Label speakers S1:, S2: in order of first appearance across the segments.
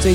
S1: 最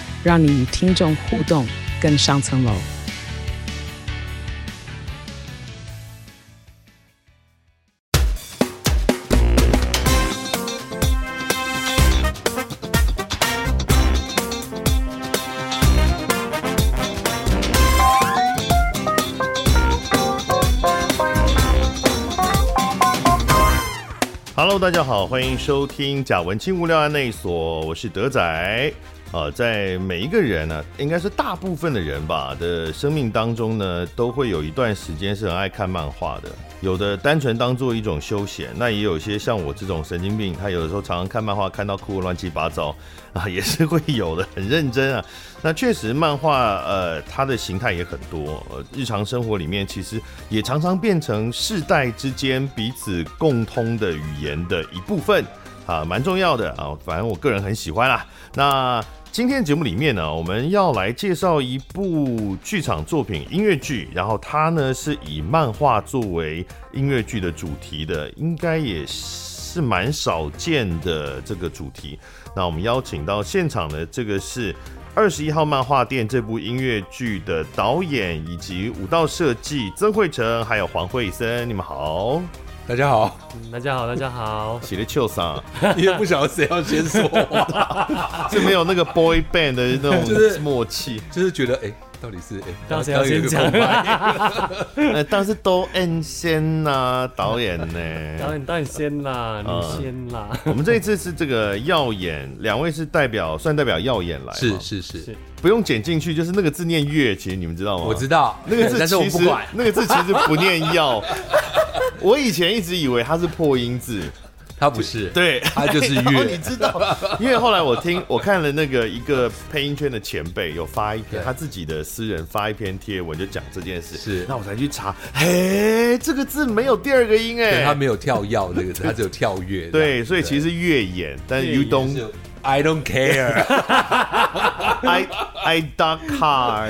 S1: 让你与听众互动更上层楼。
S2: Hello，大家好，欢迎收听《贾文清无聊案内所》，我是德仔。啊，在每一个人呢、应该是大部分的人吧的生命当中呢，都会有一段时间是很爱看漫画的。有的单纯当做一种休闲，那也有些像我这种神经病，他有的时候常常看漫画看到哭得乱七八糟 啊，也是会有的，很认真啊。那确实，漫画呃，它的形态也很多，呃，日常生活里面其实也常常变成世代之间彼此共通的语言的一部分啊，蛮重要的啊。反正我个人很喜欢啦。那今天节目里面呢，我们要来介绍一部剧场作品音乐剧，然后它呢是以漫画作为音乐剧的主题的，应该也是蛮少见的这个主题。那我们邀请到现场的这个是二十一号漫画店这部音乐剧的导演以及舞蹈设计曾慧成，还有黄慧森，你们好。。
S3: 大家好，
S4: 大家好，大家好
S2: 写的秋桑，
S3: 也不晓得谁要先说话，
S2: 是没有那个 boy band 的那
S3: 就是
S2: 种默契，
S3: 就是觉得哎、到底是哎，
S4: 到底要先
S3: 刚
S4: 讲
S3: 刚有一个空白
S2: 呃，但是都恩先呐，导演呢？
S4: 导演，导演先啦，
S2: 嗯
S4: 你先啦。
S2: 我们这一次是这个耀眼，两位是代表算代表耀眼来，
S3: 是，是是，
S4: 是
S2: 不用剪进去，就是那个字念月，其实你们知道吗？
S3: 我知道
S2: 哦那个字，
S3: 但是我
S2: 其
S3: 不
S2: 实
S3: 管，
S2: 那个字其实不念耀。我以前一直以为它是破音字，
S3: 他不是，，
S2: 对，
S3: 他 就是
S2: 然后你
S3: 月，
S2: 知道，因为后来我听我看了那个一个配音圈的前辈有发一篇
S3: 对
S2: 他自己的私人发一篇贴文，就讲这件事，
S3: 是
S2: 那我才去查，嘿，这个字没有第二个音
S3: 对他
S2: 哎，
S3: 没有跳药这个字，他只有跳跃。
S2: 对，所以其实是月眼，但是 you
S3: 就
S2: don't
S3: 是 I don't care，
S2: I I duck car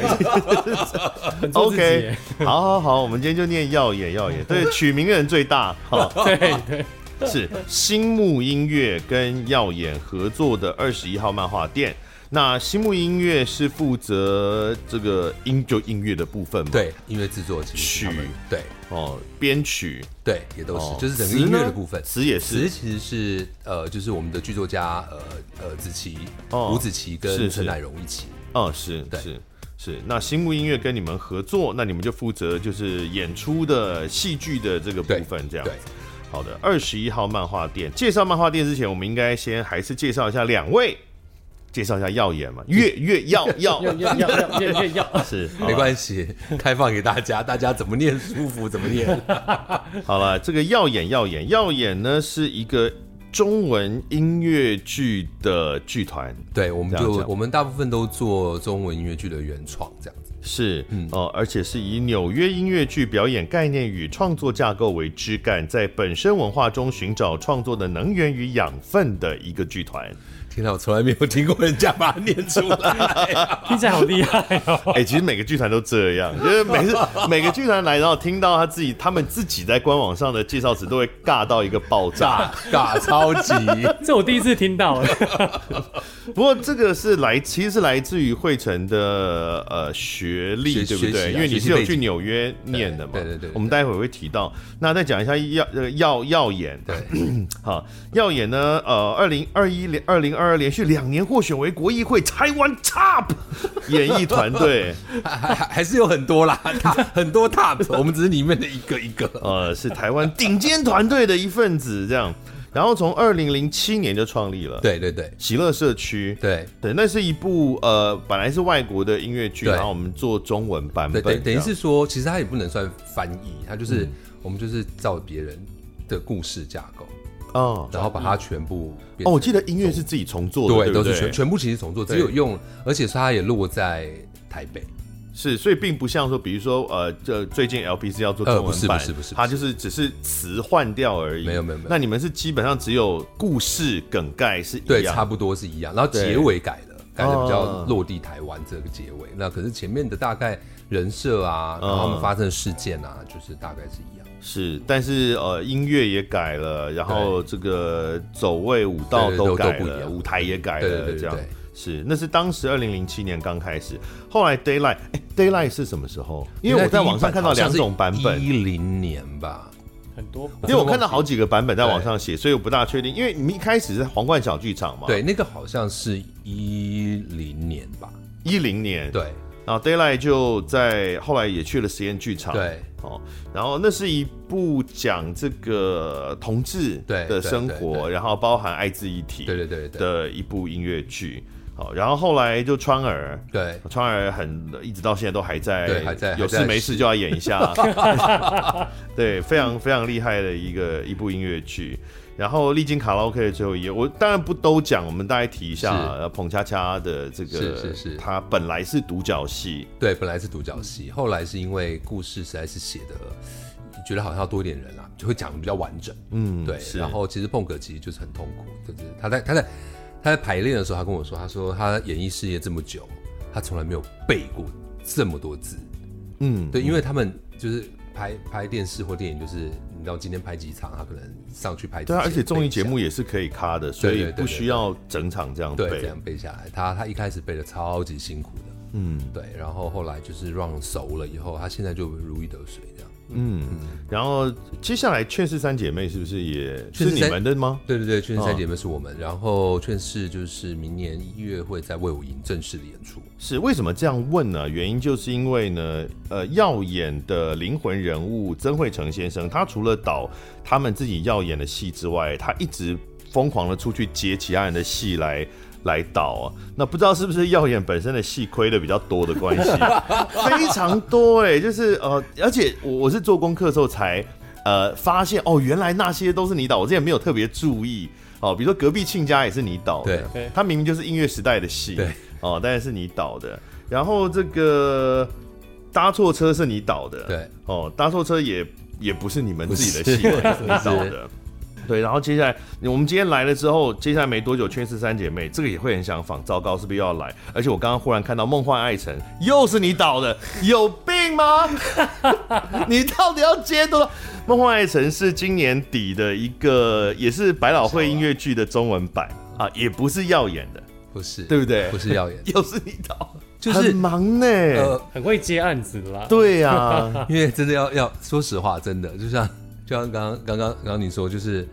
S4: 很做自己
S2: OK，
S4: 耶
S2: 好好好，我们今天就念耀眼耀 眼，对，取名的人最大哈。
S4: 对对，
S2: 是新木音乐跟耀眼合作的二十一号漫画店。那新木音乐是负责这个音就音乐的部分嘛？
S3: 对，音乐制作其实他们
S2: 曲
S3: 对
S2: 哦，编曲
S3: 对也都是
S2: 哦，
S3: 就是整个
S2: 词
S3: 音乐
S2: 呢
S3: 的部分。
S2: 词也
S3: 词
S2: 是
S3: 其实是呃，就是我们的剧作家呃呃子琪
S2: 哦
S3: 吴子琪
S2: 是
S3: 跟陈
S2: 是
S3: 乃荣一起，
S2: 哦，是
S3: 对
S2: 是是。那新木音乐跟你们合作，那你们就负责就是演出的戏剧的这个部分，这样子
S3: 对。
S2: 好的，二十一号漫画店介绍漫画店之前，我们应该先还是介绍一下两位，介绍一下耀眼嘛，月月耀 耀
S4: 要要要要要要，
S2: 是
S3: 没
S2: 系。
S3: 关系，开放给大家，大家怎么念舒服怎么念。
S2: 好了，这个耀眼耀眼耀眼呢是一个中文音乐剧的剧团，
S3: 对，我们
S2: 这样
S3: 就
S2: 讲
S3: 我们大部分都做中文音乐剧的原创这样子。
S2: 是
S3: 嗯
S2: 哦、而且是以纽约音乐剧表演概念与创作架构为枝干，在本身文化中寻找创作的能源与养分的一个剧团。
S3: 天哪，我从来没有听过人家把它念出 来。
S4: 听起来好厉害哦。
S2: 哎、其实每个剧团都这样，就是每次每个剧团来，然后听到他自己他们自己在官网上的介绍词，都会尬到一个爆炸。
S3: 尬超级，
S4: 这我第一次听到，
S2: 不过这个是来，其实是来自于惠成的呃学历，
S3: 学
S2: 对不
S3: 学习
S2: 对？
S3: 啊
S2: 因为你
S3: 学习
S2: 是有
S3: 背
S2: 去
S3: 景
S2: 纽约念的嘛。
S3: 对对对对
S2: 我们待会儿会提到。那再讲一下耀呃耀耀眼，
S3: 对，
S2: 好，耀眼呢，呃，二零二一连二零二二连续两年获选为国议会台湾 Top 演艺团队，
S3: 还还还是有很多啦，他很多 top，我们只是里面的一个一个。
S2: 呃，是台湾顶尖团队的一份子，这样。然后从二零零七年就创立了，，
S3: 对对对
S2: 喜乐社区，
S3: 对
S2: 对，那是一部呃，本来是外国的音乐剧，
S3: 对
S2: 然后我们做中文版
S3: 对，
S2: 本，
S3: 等等于
S2: 这
S3: 是
S2: 样嗯
S3: 说，其实它也不能算翻译，它就是我们就是照别人的故事架构。
S2: 哦
S3: 然后把它全部
S2: 哦，
S3: 变成
S2: 我记得音乐是自己重做的，
S3: 对，
S2: 对不
S3: 都
S2: 对，
S3: 是全全部其实重做，只有用，而且是它也落在台北，
S2: 是，所以并不像说，比如说，呃，这最近 LPC 要做中
S3: 呃
S2: 文版，
S3: 不是不是不是
S2: 它就是只是词换掉而已。
S3: 没有没有没有
S2: 那你们是基本上只有故事梗概是一
S3: 对，
S2: 样，
S3: 差不多是一样。然后
S2: 对
S3: 结尾改了，改的比
S2: 哦
S3: 较落地台湾这个结尾。那可是前面的大概人设啊，
S2: 嗯
S3: 然后他们发生的事件啊，就是大概是一样。
S2: 是，但是呃，音乐也改了，然后这个走位、舞蹈
S3: 对对
S2: 都
S3: 都
S2: 改
S3: 都不一
S2: 了，
S3: 样
S2: 舞台也改
S3: 对对
S2: 了，
S3: 对
S2: 这样
S3: 对
S2: 是，那是当时二零零七年刚开始，后来 d a y l i g h t 哎 d a y l i g h t 是什么时候？因为我在网上看到两种版本。
S3: 一零年吧，
S4: 很多
S2: 因为我看到好几个版本在网上写，所以我不大确定。因为你们一开始是皇冠小剧场嘛，
S3: 对，那个好像是一零年吧，
S2: 一零年，
S3: 对
S2: 然后 Daylight 就在后来也去了实验剧场，，
S3: 对
S2: 哦，然后那是一部讲这个同志
S3: 对
S2: 的生
S3: 对对
S2: 活，
S3: 对
S2: 然后包含艾滋一体
S3: 对对对对
S2: 的一部音乐剧，好，然后后来就川儿。
S3: 对，
S2: 川儿很一直到现在都还在，
S3: 对还在
S2: 有事
S3: 还在
S2: 没事就要演一 下，对，非常非常厉害的一个一部音乐剧。然后历经卡拉 OK 的最后一夜，我当然不都讲，我们大概提一下
S3: 是
S2: 呃彭恰恰的这个，
S3: 是是是
S2: 他本来是独角戏，
S3: 对，本来是独角
S2: 嗯
S3: 戏，后来是因为故事实在是写的，觉得好像要多一点人啊，就会讲的比较完整。
S2: 嗯，
S3: 对，
S2: 是
S3: 然后其实碰哥其实就是很痛苦，就是他在他在他在排练的时候，他跟我说，他说他演艺事业这么久，他从来没有背过这么多字。
S2: 嗯，
S3: 对，因为他们就是拍拍电视或电影，就是你知道今天拍几场，他可能上去拍
S2: 对啊，
S3: 之
S2: 而
S3: 前
S2: 且综艺
S3: 背一下
S2: 节目也是可以卡的，所以
S3: 对对对
S2: 不需要整场这样
S3: 对这
S2: 背
S3: 样。背下来，他他一开始背的超级辛苦的，
S2: 嗯
S3: 对，然后后来就是让熟了以后，他现在就如鱼得水这样。
S2: 嗯，然后接下来《劝世三姐妹》是不是也
S3: 劝
S2: 是
S3: 世
S2: 你
S3: 三
S2: 们的吗？
S3: 对对对，劝世
S2: 哦
S3: 三姐妹是我们，然后劝世就是明年一月会在魏武营正式的演出。
S2: 是为什么这样问呢？原因就是因为呢，呃，耀眼的灵魂人物曾慧成先生，他除了导他们自己耀眼的戏之外，他一直疯狂的出去接其他人的戏来。来导啊，那不知道是不是耀眼本身的戏亏的比较多的关系，非常多哎、就是呃，而且我我是做功课的时候才呃发现哦，原来那些都是你导，我之前没有特别注意哦，比如说隔壁亲家也是你导的，
S4: 对
S2: 他明明就是音乐时代的戏，
S3: 对
S2: 哦，当然是你导的。然后这个搭错车是你导的，
S3: 对，
S2: 哦，搭错车也也不是你们
S3: 不
S2: 自
S3: 是
S2: 己的戏，你导的。对，然后接下来我们今天来了之后，接下来没多久，圈四三姐妹这个也会很想仿，糟糕，是不是又要来？而且我刚刚忽然看到《梦幻爱城》又是你导的，有病吗？ 你到底要接多少？《梦幻爱城》是今年底的一个，也是百老汇音乐剧的中文版啊，也不是耀眼的，
S3: 不是，
S2: 对不对，
S3: 不是耀眼
S2: 又是你导，
S3: 就是
S2: 很忙呢、
S3: 呃，
S4: 很会接案子啦。
S2: 对呀、 啊，
S3: 因为真的要要说实话，真的就像就像刚刚刚刚刚刚你说，就是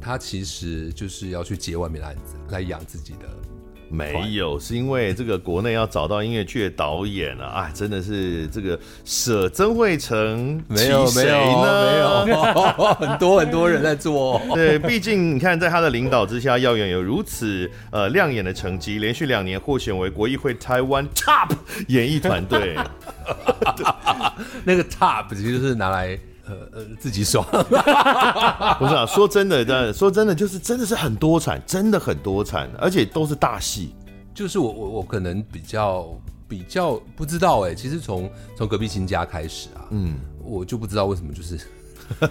S3: 他其实就是要去接外面的案子来养自己的。
S2: 没有，是因为这个国内要找到音乐剧的导演啊，啊，真的是这个舍曾慧成，
S3: 没有
S2: 其
S3: 没
S2: 谁
S3: 有没
S2: 呢？
S3: 有， 很多很多人在做哦、
S2: 对，毕竟你看，在他的领导之下，耀远有如此呃亮眼的成绩，连续两年获选为国议会台湾 Top 演艺团 队。
S3: 那个 top 其实就是拿来呃呃自己爽，
S2: 不是啊，说真的，真的说真的，就是真的是很多产，真的很多产，而且都是大戏。
S3: 就是我我我可能比较比较不知道哎、其实从从隔壁亲家开始啊，嗯，我就不知道为什么就是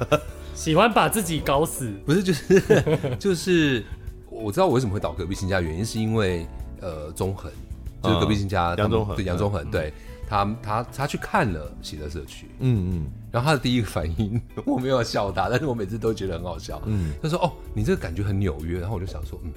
S4: 喜欢把自己搞死，
S3: 不是，就是就是， 我知道我为什么会导隔壁新家，原因是因为呃，中恒就是隔壁新家，
S2: 嗯
S3: 他
S2: 杨
S3: 们
S2: 宗恒
S3: 对杨宗恒，对他他他去看了喜乐社区，
S2: 嗯嗯，
S3: 然后他的第一个反应， 我没有要笑他，但是我每次都觉得很好笑，嗯，他说哦，你这个感觉很纽约，然后我就想说，嗯。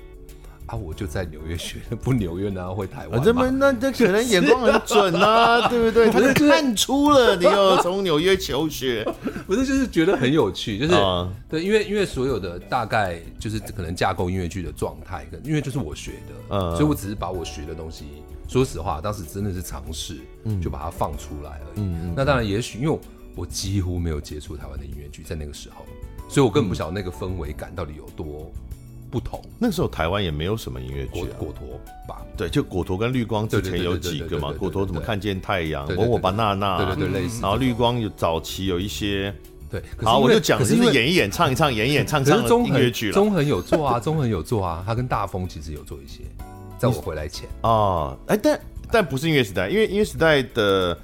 S3: 啊，我就在纽约学的，不纽约难道回台湾
S2: 反
S3: 吗？
S2: 正么那啊这可能眼光很准 啊，对不对？他
S3: 不是
S2: 就
S3: 就是
S2: 看出了你有 从纽约求学，
S3: 不是，就是觉得很有趣，就是、
S2: 啊
S3: 对，因为因为所有的大概就是可能架构音乐剧的状态，跟因为就是我学的，
S2: 嗯
S3: 所以我只是把我学的东西，说实话，当时真的是尝试，
S2: 嗯
S3: 就把它放出来而已。那当然，也许因为我我几乎没有接触台湾的音乐剧，在那个时候，所以我根本不晓得那个氛围感到底有多不同。
S2: 那时候台湾也没有什么音乐
S3: 果
S2: 剧、啊，
S3: 果陀吧，
S2: 对，就果陀跟绿光之前有几个嘛，
S3: 对对对对对对对
S2: 果陀怎么看见太阳，
S3: 对对
S2: 我
S3: 对
S2: 我吧娜娜，
S3: 对对对类似
S2: 然后绿光有早期有一些，
S3: 对，可是
S2: 好，
S3: 因
S2: 我
S3: 为
S2: 就讲，
S3: 可
S2: 就是是
S3: 因为
S2: 演一演，唱一唱，演一演，唱一
S3: 可
S2: 唱
S3: 是
S2: 的
S3: 中
S2: 音乐
S3: 恒
S2: 剧了。
S3: 中恒有做啊， 中恒有做啊，他跟大风其实有做一些，在我回来前，
S2: 哦，哎，但但不是音乐时代，因为音乐时代的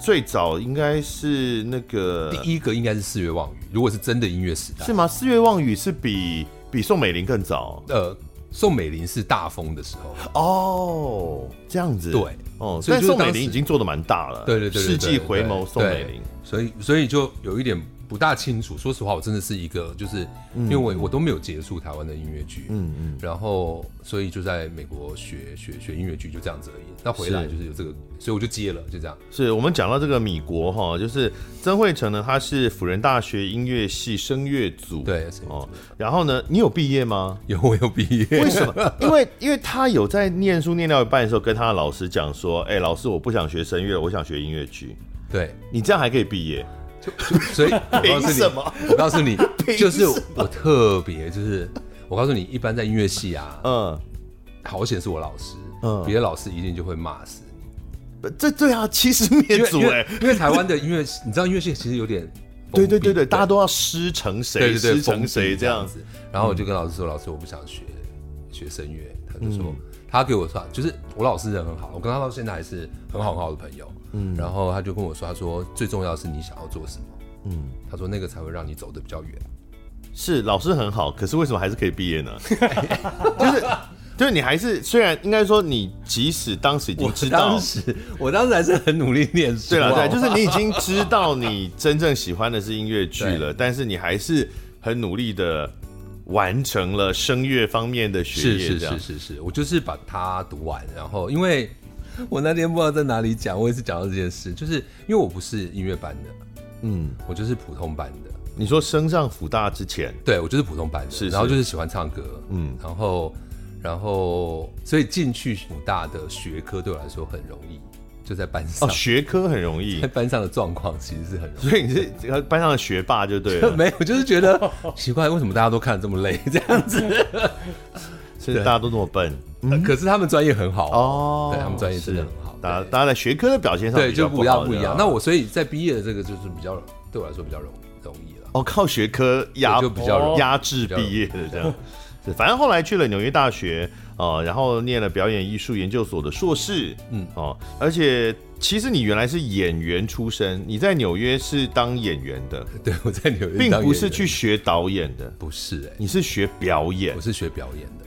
S2: 最早应该是那个
S3: 第一个应该是四月望雨，如果是真的音乐时代
S2: 是，吗？四月望雨是比比宋美龄更早
S3: 呃，宋美龄是大风的时候，
S2: 哦，这样子
S3: 对
S2: 哦，
S3: 所以
S2: 但
S3: 就是
S2: 宋
S3: 当
S2: 美龄
S3: 时
S2: 已经做的蛮大了，
S3: 对对对，对
S2: 世纪
S3: 对
S2: 回眸
S3: 对
S2: 宋美龄
S3: 对，所以所以就有一点不大清楚。说实话，我真的是一个，就是
S2: 嗯
S3: 因为我我都没有接触台湾的音乐剧，嗯嗯，然后所以就在美国学学学音乐剧，就这样子而已。那回来
S2: 是
S3: 就是有这个，所以我就接了，就这 样。
S2: 是我们讲到这个米国哈，就是曾慧成呢，他是辅仁大学音乐系声乐组，
S3: 对声乐组
S2: 哦，然后呢，你有毕业 吗？
S3: 有我有毕业，
S2: 为什么？因为因为他有在念书念到一半的时候，跟他的老师讲说：“哎、老师，我不想学声乐，我想学音乐剧。
S3: 对，”
S2: 你这样还可以毕业？
S3: 所以我告诉
S2: 凭
S3: 你
S2: 什么，
S3: 我告诉你，
S2: 凭
S3: 就是
S2: 什
S3: 我特别就是。我告诉你，一般在音乐系啊，
S2: 嗯，
S3: 好险是我老师，
S2: 嗯
S3: 别的老师一定就会骂死你。
S2: 不这对啊，七十面
S3: 因为
S2: 组
S3: 因
S2: 哎、
S3: 为因为台湾的音乐，你知道音乐系其实有点
S2: 对对对
S3: 封闭
S2: 对，大家都要师承谁，
S3: 对对对
S2: 师承谁这样子。
S3: 子。然后我就跟老师说：“老师，我不想学学声乐。”他就
S2: 嗯
S3: 说：“他给我说，就是我老师人很好，我跟他到现在还是很好很好的朋友。”嗯，然后他就跟我说：“他说最重要的是你想要做什么。”嗯，他说那个才会让你走得比较远。
S2: 是老师很好，可是为什么还是可以毕业呢？ 就是就是你还是虽然应该说你即使当时已经知道
S3: 当。时，我当时还是很努力念书
S2: 对
S3: 啊。
S2: 了，对，就是是你已经知道你真正喜欢的是音乐剧了，但是你还是很努力的完成了声乐方面的学业，
S3: 是是
S2: 这
S3: 是
S2: 样
S3: 是是，我就是把它读完，然后 因为我那天不知道在哪里讲，我也是讲到这件事，就是因为我不是音乐班的，嗯，我就是普通班的，
S2: 你说升上辅大之前，
S3: 对我就是普通班的，
S2: 是是
S3: 然后就是喜欢唱歌，嗯，然后然后所以进去辅大的学科对我来说很容易，就在班上，
S2: 哦，学科很容易
S3: 在，班上的状况其实是很容易。
S2: 所以你是呃班上的学霸就对 了，
S3: 没有，就是觉得奇怪，为什么大家都看得这么累 这样子？
S2: 是大家都那么笨
S3: 可是他们专业很好哦，
S2: 嗯哦
S3: 对他们专业真的很好
S2: 是大家
S3: 对
S2: 大家在学科的表现上
S3: 对，
S2: 比较
S3: 就不要
S2: 好啊
S3: 不一样。
S2: 对吧
S3: 那我所以在毕业的这个就是比较对我来说比较容容易了。
S2: 哦靠学科压
S3: 对就比较
S4: 容易
S2: 压制毕业的这样。 是反正后来去了纽约大学，哦，然后念了表演艺术研究所的硕士，嗯，哦，而且其实你原来是演员出身，你在纽约是当演员的，
S3: 对，我在纽约
S2: 并
S3: 呃当
S2: 不
S3: 演
S2: 是
S3: 员
S2: 去，学导演的，
S3: 不是哎、
S2: 你是学表演
S3: 我。是学表演的。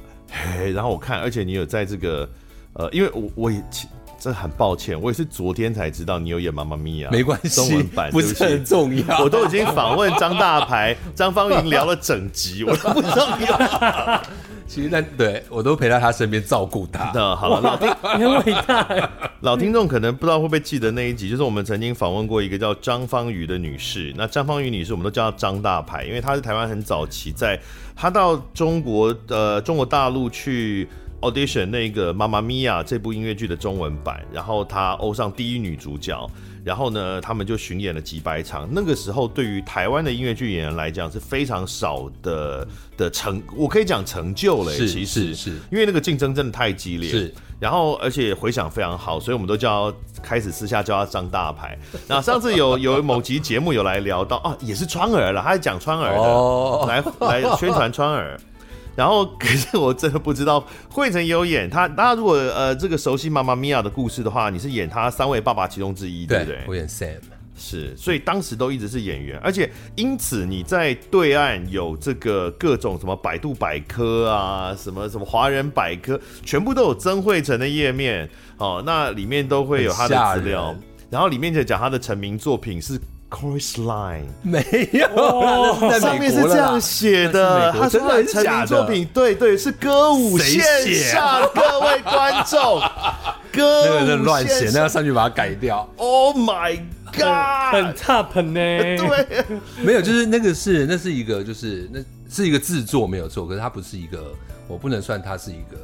S2: 嘿， 然后我看，而且你有在这个，呃，因为我我也其这很抱歉，我也是昨天才知道你有演《妈妈咪呀》，
S3: 没关
S2: 中
S3: 系
S2: 文版，
S3: 不
S2: 对
S3: 是
S2: 起
S3: 很重要。
S2: 我都已经访问张大牌、张方云聊了整集，我都不知道 你要。
S3: 其实那对我都陪在他身边照顾他。
S2: 那好了，老听
S4: 你很伟大，
S2: 老听众可能不知道会不会记得那一集，就是我们曾经访问过一个叫张方瑜的女士。那张方瑜女士，我们都叫她张大牌，因为她是台湾很早期在，她到中国呃中国大陆去 audition 那个《妈妈咪呀》这部音乐剧的中文版，然后她欧上第一女主角。然后呢，他们就巡演了几百场。那个时候，对于台湾的音乐剧演员来讲是非常少的的成，我可以讲成就了耶。
S3: 是
S2: 其实
S3: 是是
S2: 因为那个竞争真的太激烈。
S3: 是，
S2: 然后而且回响非常好，所以我们都叫开始私下叫他张大 牌。那上次有有某集节目有来聊到啊，也是川儿了，他还讲川儿的，
S3: 哦
S2: 来来宣传川儿。然后，可是我真的不知道，惠成也有演他。大家如果呃这个熟悉《妈妈咪呀》的故事的话，你是演他三位爸爸其中之一，对不对？
S3: 我演 Sam，
S2: 是，所以当时都一直是演员，而且因此你在对岸有这个各种什么百度百科啊，什么什么华人百科，全部都有曾慧成的页面哦，那里面都会有他
S3: 很吓
S2: 的资
S3: 人
S2: 料，然后里面就讲他的成名作品是 Chorus Line。
S3: 没有
S4: 哦，
S3: 那是在
S2: 上
S3: 美
S2: 面
S3: 国
S2: 是
S3: 了啦
S2: 这样写
S3: 那
S2: 的，
S3: 是美国
S2: 他说
S3: 真的
S2: 他
S3: 还
S2: 的
S3: 是
S2: 成
S3: 假
S2: 名
S3: 的
S2: 作品，对对，是歌舞
S3: 谁
S2: 线
S3: 写
S2: 下，各位观众，
S3: 那
S2: 歌
S3: 个人
S2: 舞
S3: 乱
S2: 线
S3: 写，那
S2: 上
S3: 要上去把它改掉。
S2: ，Oh my
S4: 很
S2: God，
S4: top 呢。
S2: 对。
S3: 没有，就是那个是那是一个就是那是一个制作没有错，可是它不是一个，我不能算它是一个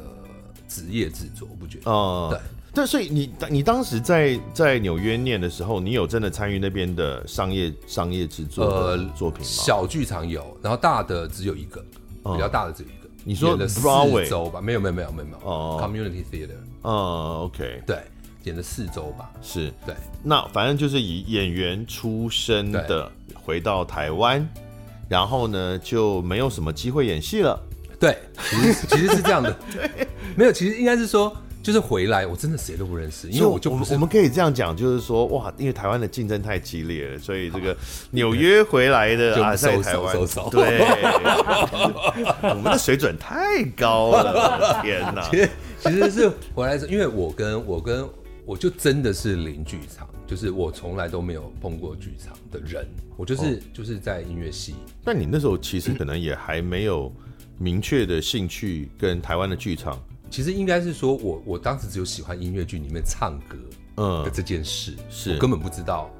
S3: 职业制作，我不觉得。
S2: 哦、
S3: 对
S2: 对，所以你你当时在在纽约念的时候，你有真的参与那边的商业商业制作的作品吗？
S3: 呃
S2: 哦
S3: 小剧场有，然后大的只有一个，比较大的只有一个。
S2: 你说
S3: 演了四
S2: Broadway
S3: 周吧？没有没有没有没有没有
S2: 哦
S3: ，Community Theater。
S2: 嗯，OK，
S3: 对，演了四周吧。
S2: 是，
S3: 对，
S2: 那反正就是以演员出身的回到台湾，然后呢就没有什么机会演戏了。
S3: 对，其实其实是这样的，没有，其实应该是说，就是回来我真的谁都不认识，因为我就
S2: 所以
S3: 不
S2: 我
S3: 是
S2: 我们可以这样讲，就是说哇，因为台湾的竞争太激烈了，所以这 个纽约回来的
S3: 就
S2: 啊，在
S3: 收
S2: 台湾
S3: 收收收
S2: 对， 我们的水准太高了，天 哪！
S3: 其实是回来是，因为我跟我跟我就真的是零剧场，就是我从来都没有碰过剧场的人，我
S2: 哦
S3: 就是、就是在音乐系，
S2: 但你那时候其实可能也还没有明确的兴趣跟台湾的剧场，
S3: 其实应该是说我我当时只有喜欢音乐剧里面唱歌的
S2: 嗯，
S3: 这件事，
S2: 是
S3: 我根本不知道。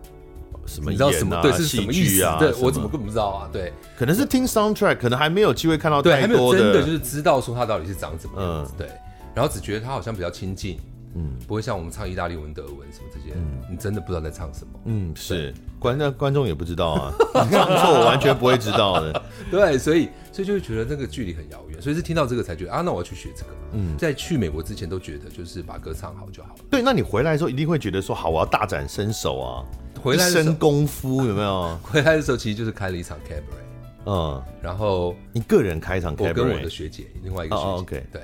S2: 什么
S3: 你知道
S2: 演
S3: 什么
S2: 啊
S3: 对是什
S2: 戏
S3: 么意
S2: 剧
S3: 思？
S2: 啊？
S3: 对
S2: 什，
S3: 我怎么根本不知道啊？对
S2: 可能是听 soundtrack，可能还没有机会看到
S3: 对，
S2: 太
S3: 还没有
S2: 多
S3: 真
S2: 的，
S3: 的就是知道说它到底是长怎么样子。
S2: 嗯
S3: 对，然后只觉得它好像比较亲近，嗯，不会像我们唱意大利文、德文什么这些，你真的不知道在唱什么。
S2: 嗯，是观那观众也不知道啊， 唱错我完全不会知道的，
S3: 对，所以所以就会觉得那个距离很遥远，所以是听到这个才觉得啊，那我要去学这个。嗯，在去美国之前都觉得就是把歌唱好就好了。
S2: 对，那你回来的时候一定会觉得说，好，我要大展身手啊，
S3: 回来的时
S2: 身
S3: 候，
S2: 功夫有没 有？
S3: 回来的时候其实就是开了一场 cabaret，
S2: 嗯，
S3: 然后
S2: 你个人开场
S3: 我跟我的
S2: cabaret，
S3: 学姐另外一个学姐
S2: 哦哦，OK
S3: 对，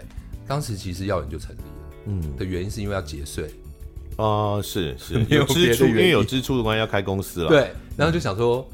S3: 当时其实耀眼就成立了，嗯，的原因是因为要节税，
S2: 啊，是 是，
S3: 有
S2: 有
S3: 别
S2: 支
S3: 的
S2: 出，因
S3: 原
S2: 为
S3: 因
S2: 有支出的关系要开公司了，，
S3: 对，然后就想说。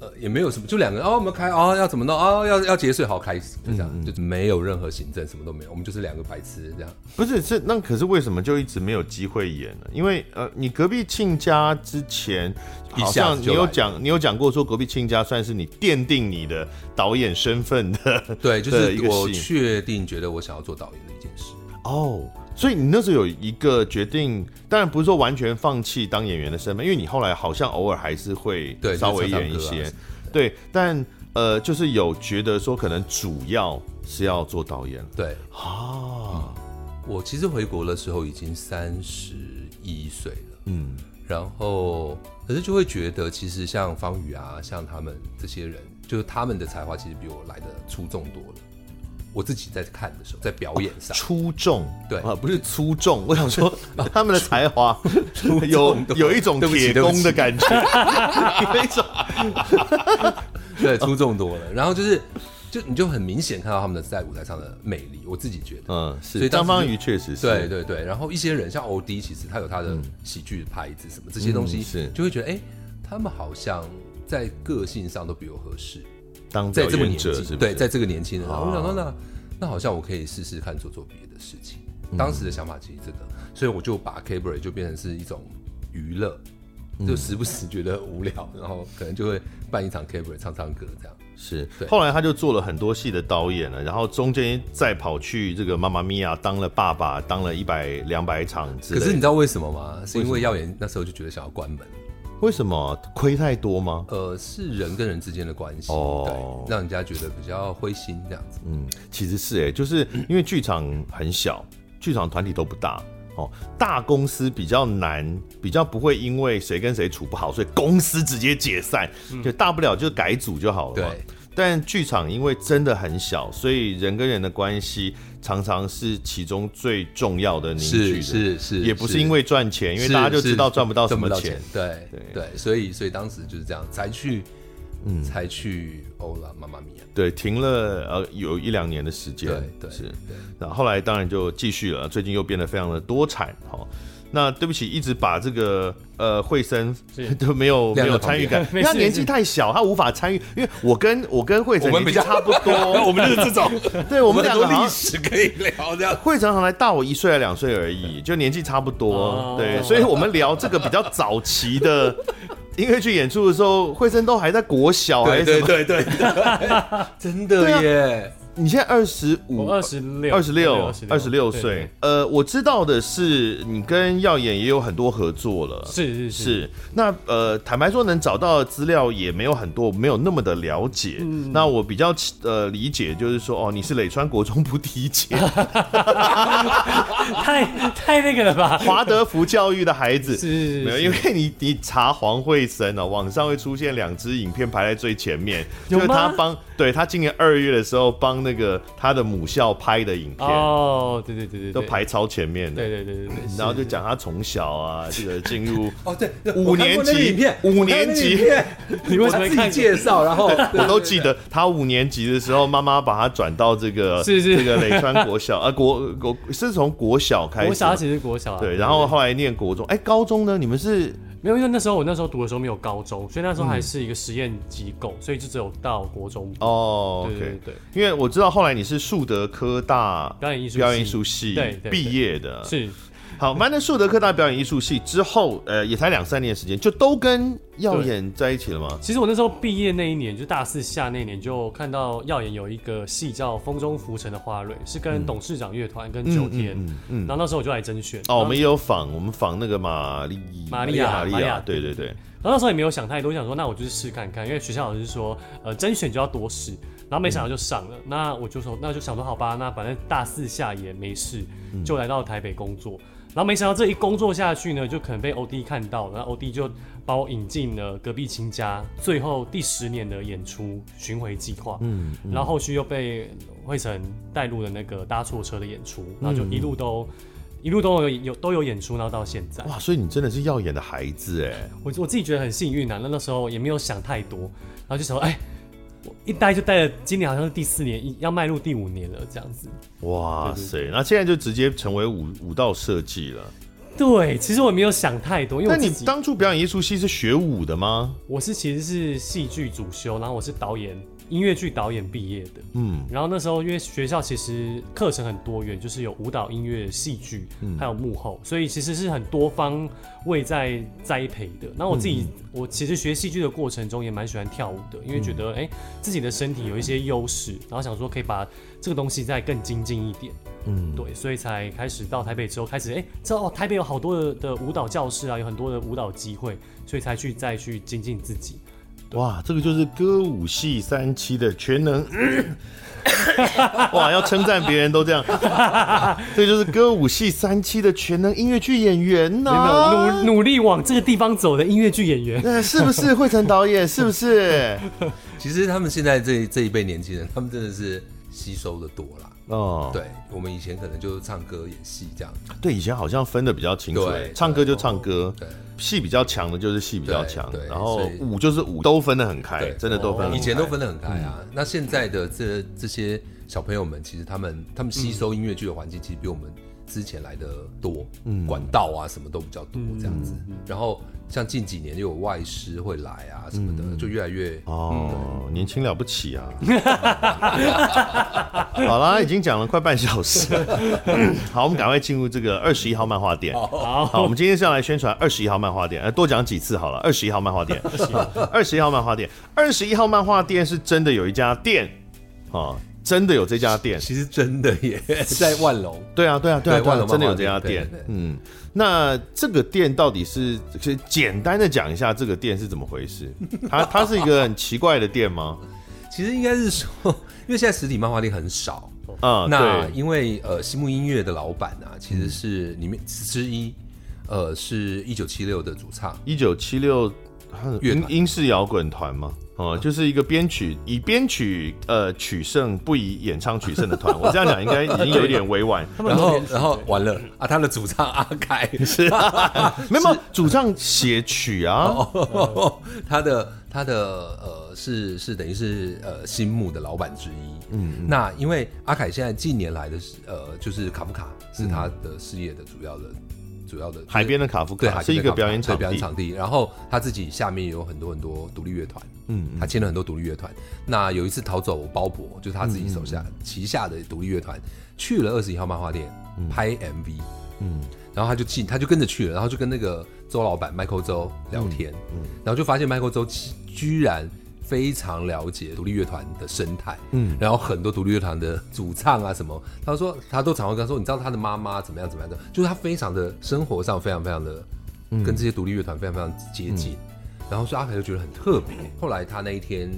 S3: 呃，也没有什么，就两个人哦，我们开哦，要怎么弄哦，要要节税，好开始，就这样，
S2: 嗯
S3: 就是没有任何行政，什么都没有，我们就是两个白痴这样。
S2: 不是是那可是为什么就一直没有机会演呢？因为呃，你隔壁亲家之前
S3: 一
S2: 好
S3: 下
S2: 像
S3: 子
S2: 你
S3: 就
S2: 有
S3: 来了
S2: 讲，你有讲过说隔壁亲家算是你奠定你的导演身份 的，
S3: 对，就
S2: 的一
S3: 是
S2: 个
S3: 我
S2: 戏
S3: 确定觉得我想要做导演的一件事。
S2: 哦，所以你那时候有一个决定，当然不是说完全放弃当演员的身份，因为你后来好像偶尔还是会
S3: 对
S2: 稍微
S3: 就是唱
S2: 演一
S3: 歌啊
S2: 些，
S3: 什么
S2: 对，但呃，就是有觉得说可能主要是要做导演
S3: 对，哦
S2: 啊，
S3: 我其实回国的时候已经三十一岁了，
S2: 嗯，
S3: 然后可是就会觉得，其实像方宇啊，像他们这些人，就是他们的才华其实比我来的出众多了。我自己在看的时候，在表演 上，
S2: 出众，
S3: 对
S2: 啊，不是粗重， 我想 说他们的才华有有一种
S3: 对不起
S2: 铁
S3: 对不
S2: 工的
S3: 起
S2: 感觉，有一种
S3: 对，出众多了。然后就是，就你就很明显看到他们的在舞台上的魅力，我自己觉得。
S2: 嗯，
S3: 所
S2: 是
S3: 以当
S2: 张
S3: 时
S2: 方
S3: 就
S2: 宇确实是
S3: 对对对，然后一些人像 O D，其实他有他的喜剧牌子什么这些东西，
S2: 嗯是
S3: 就会觉得哎、诶他们好像在个性上都比我合适，
S2: 当
S3: 在
S2: 表
S3: 这么
S2: 演
S3: 年
S2: 者
S3: 纪，
S2: 是不是
S3: 对，在这个年轻人，
S2: 啊
S3: 我想说那那好像我可以试试看做做别的事情。当
S2: 嗯
S3: 时的想法其实这个，所以我就把 cabaret 就变成是一种娱乐，
S2: 嗯
S3: 就时不时觉得无聊，然后可能就会办一场 cabaret 唱唱歌这样。
S2: 是，
S3: 对
S2: 后来他就做了很多戏的导演了，然后中间再跑去这个妈妈咪呀当了爸爸，当了一百两百场之类
S3: 可
S2: 的。
S3: 是你知道为什么吗？是因为耀眼那时候就觉得想要关门，
S2: 为什么亏太多吗？
S3: 呃，是人跟人之间的关系，
S2: 哦
S3: 对，让人家觉得比较灰心这样子。
S2: 嗯，其实是哎、 就是因为剧场很小，剧场团体都不大哦，大公司比较难，比较不会因为谁跟谁处不好，所以公司直接解散，就大不了就改组就好了嘛。
S3: 嗯对
S2: 但剧场因为真的很小，所以人跟人的关系常常是其中最重要的凝聚
S3: 是
S2: 的。
S3: 是是，
S2: 也不是因为赚钱，因为大家就知道赚不到什么钱
S3: 钱。，对
S2: 对
S3: 对所以所以当时就是这样才去，嗯，才去欧拉妈妈咪啊呀，
S2: 对，停了呃有一两年的时间
S3: 对，对
S2: 是。
S3: 对，
S2: 那后来当然就继续了，最近又变得非常的多产哈、哦。那对不起，一直把这个呃惠森
S4: 是
S2: 都没有没
S3: 晾在
S2: 有
S3: 旁
S2: 参与
S3: 边
S2: 感，因为他
S4: 没事
S2: 年纪太小，他无法参与。因为我跟我跟惠森
S3: 我们
S2: 年纪
S3: 比较
S2: 差不多，
S3: 我们就是这 种，
S2: 对我们两个好像
S3: 史可以 聊这样。
S2: 惠成好像大我一岁还两岁而已，就年纪差不多。
S4: 哦
S2: 对，所以我们聊这个比较早期的 音乐剧演出的时候，惠生都还在国小还是
S3: 对
S2: 什
S3: 对
S2: 么？
S3: 对对，对真
S2: 啊
S3: 的耶！
S2: 你现在二十五
S4: 我、二十六，
S2: 二十六、二十六
S4: 对
S2: 岁。，呃，我知道的是，你跟耀眼也有很多合作了。
S4: 是是是，
S2: 是，那呃，坦白说，能找到的资料也没有很多，我没有那么的了解。
S4: 嗯
S2: 那我比较呃理解，就是说，哦，你是磊川国中部第一 届
S4: 太太那个了吧？
S2: 华德福教育的孩子，
S4: 是
S2: 没有，因为你你查黄慧生哦，网上会出现两支影片排在最前面，
S4: 有
S2: 就是他
S4: 吗
S2: 帮对他今年二月的时候帮那个他的母校拍的影片，
S4: 哦，对对对对，
S2: 都
S4: 对
S2: 排超前面的。
S4: 对对对对对，
S2: 然后就讲他从小啊，这个进 入
S3: 哦，对，对
S2: 五
S3: 我看
S2: 年
S3: 过那个
S2: 级
S3: 影片，
S2: 五
S3: 我看过
S2: 年
S3: 那个
S2: 级
S3: 影片
S4: 你为什么
S3: 我自己
S4: 看
S3: 介绍，然后
S2: 我都记得他五年级的时候，妈妈把他转到这个
S4: 是是
S2: 这个磊川国小啊，国国是从国小开始，
S4: 国小它其实是国小啊，
S2: 对，然后后来念国中，哎，高中呢？你们是
S4: 没有，因为那时候我那时候读的时候没有高中，所以那时候
S2: 嗯
S4: 还是一个实验机构，所以就只有到国中部。
S2: 哦
S4: 对对
S2: ，OK，
S4: 对
S2: 因
S4: 对
S2: 为我知道后来你是树德科大
S4: 表演艺术系
S2: 表演艺术系
S4: 对对对
S2: 毕业的，
S4: 是
S2: 好，完了树德科大表演艺术系之后，呃，也才两三年的时间，就都跟耀眼在一起了吗？
S4: 其实我那时候毕业那一年，就大四下那一年，就看到耀眼有一个戏叫《风中浮沉的花蕊》，
S2: 嗯
S4: 是跟董事长乐团跟九天，然后那时候我就来甄选。
S2: 哦，我
S4: 然后
S2: 们也有仿，我们仿那个玛丽
S4: 玛利亚
S2: 玛利
S4: 玛利
S2: 亚，
S4: 亚嗯
S2: 对对对，
S4: 然后那时候也没有想太多，就想说那我就是试看看，因为学校老师说，呃，甄选就要多试，然后没想到就上了。那我就说，那就想说好吧，那反正大四下也没事，就来到台北工作。然后没想到这一工作下去呢，就可能被 OD 看到，然后 OD 就把我引进了隔壁亲家，最后第十年的演出巡回计划。嗯，然后后续又被惠成带入了那个搭错车的演出，然后就一路都、一路都有有都有演出，然后到现在。
S2: 哇，所以你真的是耀眼的孩子哎，
S4: 我我自己觉得很幸运啊，那那时候也没有想太多，然后就想说，哎，我一待就待了，今年好像是第四年，一要迈入第五年了，这样子。
S2: 哇塞，那现在就直接成为舞舞蹈设计了。
S4: 对，其实我没有想太多，因为
S2: 那
S4: 我自
S2: 你
S4: 己
S2: 当初表演艺术系是学舞的吗？
S4: 我是其实是戏剧主修，然后我是导演音乐剧导演毕业的，
S2: 嗯
S4: 嗯，然后那时候因为学校其实课程很多元，就是有舞蹈、音乐、戏剧，还有幕后，所以其实是很多方位在栽培的。那我自己，我其实学戏剧的过程中也蛮喜欢跳舞的，因为觉得哎、诶自己的身体有一些优势，然后想说可以把这个东西再更精进一点，
S2: 嗯，
S4: 对，所以才开始到台北之后，开始哎、诶知道哦，台北有好多的的舞蹈教室啊，有很多的舞蹈机会，所以才去再去精进自己。
S2: 哇，这个就是歌舞系三期的全能。 哇，要称赞别人都这 样，这就是歌舞系三期的全能音乐剧演员呐、
S4: 有没有努努力往这个地方走的音乐剧演员？
S2: 呃，是不是惠成导演？是不是？
S3: 其实他们现在这这一辈年轻人，他们真的是吸收的多啦。
S2: 哦，
S3: 对我们以前可能就是唱歌、演戏这样。
S2: 对，以前好像分的比较清楚
S3: 对，
S2: 唱歌就唱歌
S3: 对，
S2: 戏比较强的就是戏比较强
S3: 对，对
S2: 然后
S3: 所以
S2: 舞就是舞，都分得很开，
S3: 对哦
S2: 真的都分得很开。嗯
S3: 以前都分得很开啊。那现在的这这些小朋友们，其实他们他们吸收音乐剧的环境，其实比我们之前来的多，
S2: 嗯
S3: 管道啊什么都比较多这样子。然后像近几年又有外师会来啊什么的，就越来越
S2: 嗯
S3: 嗯
S2: 哦，年轻了不起啊！ 好啦，已经讲了快半小时 了，好，我们赶快进入这个二十一号漫画店。
S4: 好，
S2: 好，我们今天是要来宣传二十一号漫画店，呃，多讲几次好了。二十一号漫画店，二十一号漫画店，二十一号漫画店是真的有一家店啊，真的有这家店。
S3: 其实真的 耶，在万隆。
S2: 对啊，对啊，对啊，
S3: 对
S2: 对
S3: 万
S2: 啊
S3: 隆
S2: 真的
S3: 漫
S2: 有
S3: 画
S2: 这家
S3: 店
S2: 店
S3: 对对。对
S2: 嗯，那这个店到底是，其实简单的讲一下这个店是怎么回事？ 它它是一个很奇怪的店吗？
S3: 其实应该是说， 因为现在实体漫画店很少，
S2: 啊，
S3: 那
S2: 对。嗯
S3: 因为呃，西木音乐的老板啊，其实是里面之一，呃，是一九七六的主唱，
S2: 一九七六
S3: 乐
S2: 英
S3: 团嗯
S2: 英式摇滚团嘛，哦、就是一个编曲以编曲呃取胜，不以演唱取胜的团。我这样讲应该已经有一点委 婉，
S4: 他们
S3: 然
S4: 都
S3: 后
S4: 连
S3: 然后完了啊，他的主唱阿凯
S2: 是啊，没有没有主唱写曲啊，
S3: 哦， 他的他的呃是是等于是呃新木的老板之一。嗯，那因为阿凯现在近年来的是呃就是卡夫卡是他的事业的主要的、主要的
S2: 嗯海边的卡夫
S3: 对
S2: 卡
S3: 海
S2: 是一个
S3: 边的
S2: 表演
S3: 卡
S2: 场
S3: 对表
S2: 地
S3: 演，场地，然后他自己下面也有很多很多独立乐团。嗯，他签了很多独立乐团。那有一次逃走包勃，就是他自
S2: 嗯
S3: 己手下、旗下的独立乐团去了二十一号漫画店
S2: 嗯
S3: 拍 MV。然后他就进，他就跟着去了，然后就跟那个周老板 Michael 周聊天，然后就发现 Michael 周居然非常了解独立乐团的生态，嗯，然后很多独立乐团的主唱啊什么，他说他都常会跟他说，你知道他的妈妈怎么样怎么样的，就是他非常的生活上非常非常的跟这些独立乐团非常非常接近，然后所以阿凯就觉得很特别。后来他那一天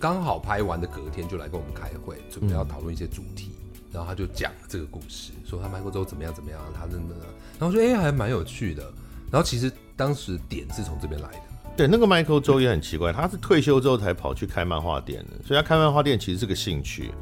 S3: 刚好拍完的隔天就来跟我们开会，准备要讨论一些主题。
S4: 嗯
S3: 然后他就讲了这个故事，说他迈过之后怎么样怎么样，他真的，然后说哎、还蛮有趣的。然后其实当时点是从这边来的，
S2: 对，那个 Michael 周也很奇怪，他是退休之后才跑去开漫画店的，所以他开漫画店其实是个兴趣。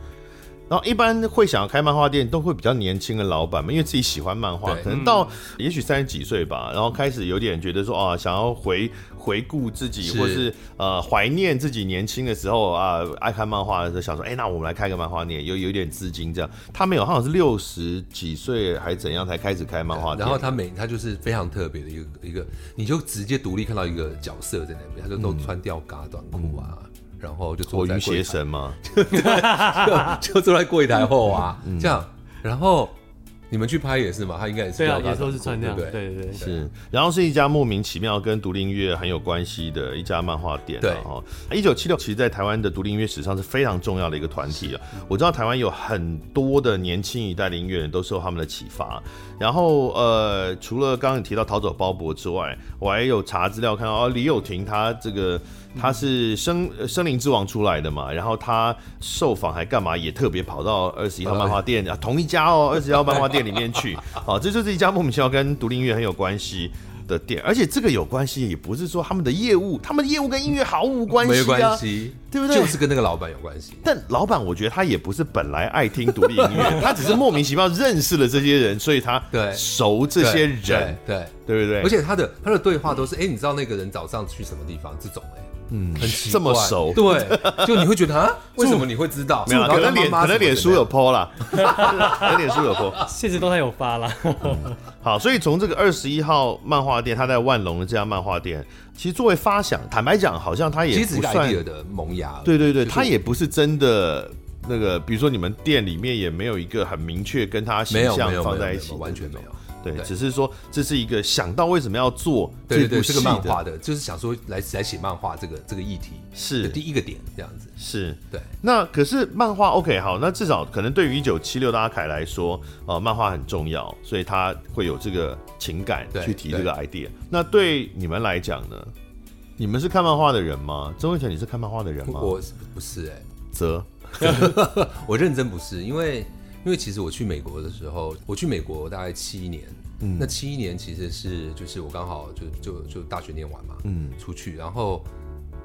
S2: 然后一般会想要开漫画店，都会比较年轻的老板嘛，因为自己喜欢漫画，
S3: 对
S2: 可能到也许三十几岁吧，然后开始有点觉得说啊，想要回回顾自己，
S3: 是
S2: 或是呃怀念自己年轻的时候啊，爱看漫画的时候，想说，哎、那我们来开个漫画店，有有一点资金这样。他没有，他好像是六十几岁还怎样才开始开漫
S4: 啊
S2: 画店，
S3: 然后他每他就是非常特别的一个一个，你就直接独立看到一个角色在那边，他就都穿吊嘎短裤啊，
S4: 嗯
S3: 然后就
S2: 火
S3: 坐在
S2: 云
S3: 柜
S2: 邪
S3: 台啊
S2: 神嘛，
S3: 就坐在柜台后啊，
S4: 嗯
S3: 这样，然后你们去拍也是嘛，他应该也是
S4: 对啊，
S3: 吊嘎
S4: 也都
S3: 短
S4: 是
S3: 裤
S4: 穿那样，
S3: 对
S4: 对
S3: 不对
S4: 对对。
S2: 是，然后是一家莫名其妙跟独立音乐很有关系的一家漫画店、啊。
S3: 对
S2: 哦，一九七六其实，在台湾的独立音乐史上是非常重要的一个团体啊。我知道台湾有很多的年轻一代的音乐人都受他们的启发。然后呃，除了刚刚你提到逃走鲍勃之外，我还有查资料看到，哦，李友廷他这个。他是生呃生灵之王出来的嘛，然后他受访还干嘛，也特别跑到二十一号漫画店啊，同一家哦，二十一号漫画店里面去， 好、这就是一家莫名其妙跟独立音乐很有关系的店，而且这个有关系，也不是说他们的业务，他们的业务跟音乐毫无关系、啊，
S3: 没关系，
S2: 对不对
S3: 就是跟那个老板有关系。
S2: 但老板，我觉得他也不是本来爱听独立音乐，他只是莫名其妙认识了这些人，所以他
S3: 对
S2: 熟这些人，
S3: 对，
S2: 对不
S3: 对
S2: 对？
S3: 对而且他的他的对话都是，哎、你知道那个人早上去什么地方？这种、哎，嗯，很奇怪
S2: 这么熟
S3: 对，就你会觉 得啊，为什么你会知道？
S2: 没有啦，啊
S3: 然后
S2: 可能
S3: 他
S2: 脸
S3: 妈妈
S2: 可能
S3: 怎么
S2: 脸
S3: 怎
S2: 书
S3: 么
S2: 有
S3: 样
S2: PO 啦， 可能脸书有 PO。
S4: 现实动态有发 啦，
S2: 好，所以从这个二十一号漫画店，他在万隆的这家漫画店，其实作为发想，坦白讲，好像他也
S3: 其
S2: 不
S3: 实只是
S2: 算
S3: idea 的萌芽而已。
S2: 对对对，
S3: 就是
S2: 他也不是真的那个，比如说你们店里面也没有一个很明确跟他形
S3: 没有没有没
S2: 象
S3: 有
S2: 放
S3: 没
S2: 在
S3: 有
S2: 一起，
S3: 完全没有。
S2: 对，
S3: 对
S2: 只是说这是一个想到为什么要做
S3: 对
S2: 这
S3: 对
S2: 部
S3: 对，是
S2: 戏
S3: 个
S2: 的
S3: 漫画的，就是想说来来写漫画这个这个议题
S2: 是
S3: 的第一个点这样子。
S2: 是。
S3: 对，
S2: 那可是漫画 OK 好，那至少可能对于一九七六的阿凯来说，呃，漫画很重要，所以他会有这个情感
S3: 对
S2: 去提这个 idea。那对你们来讲呢？你们是看漫画的人吗？曾慧泉，你是看漫画的人吗？
S3: 我是不是哎、
S2: 则
S3: 我认真不是，因为因为其实我去美国的时候，我去美国大概七年，
S2: 嗯
S3: 那七年其实是就是我刚好就就就大学念完嘛，嗯，出去，然后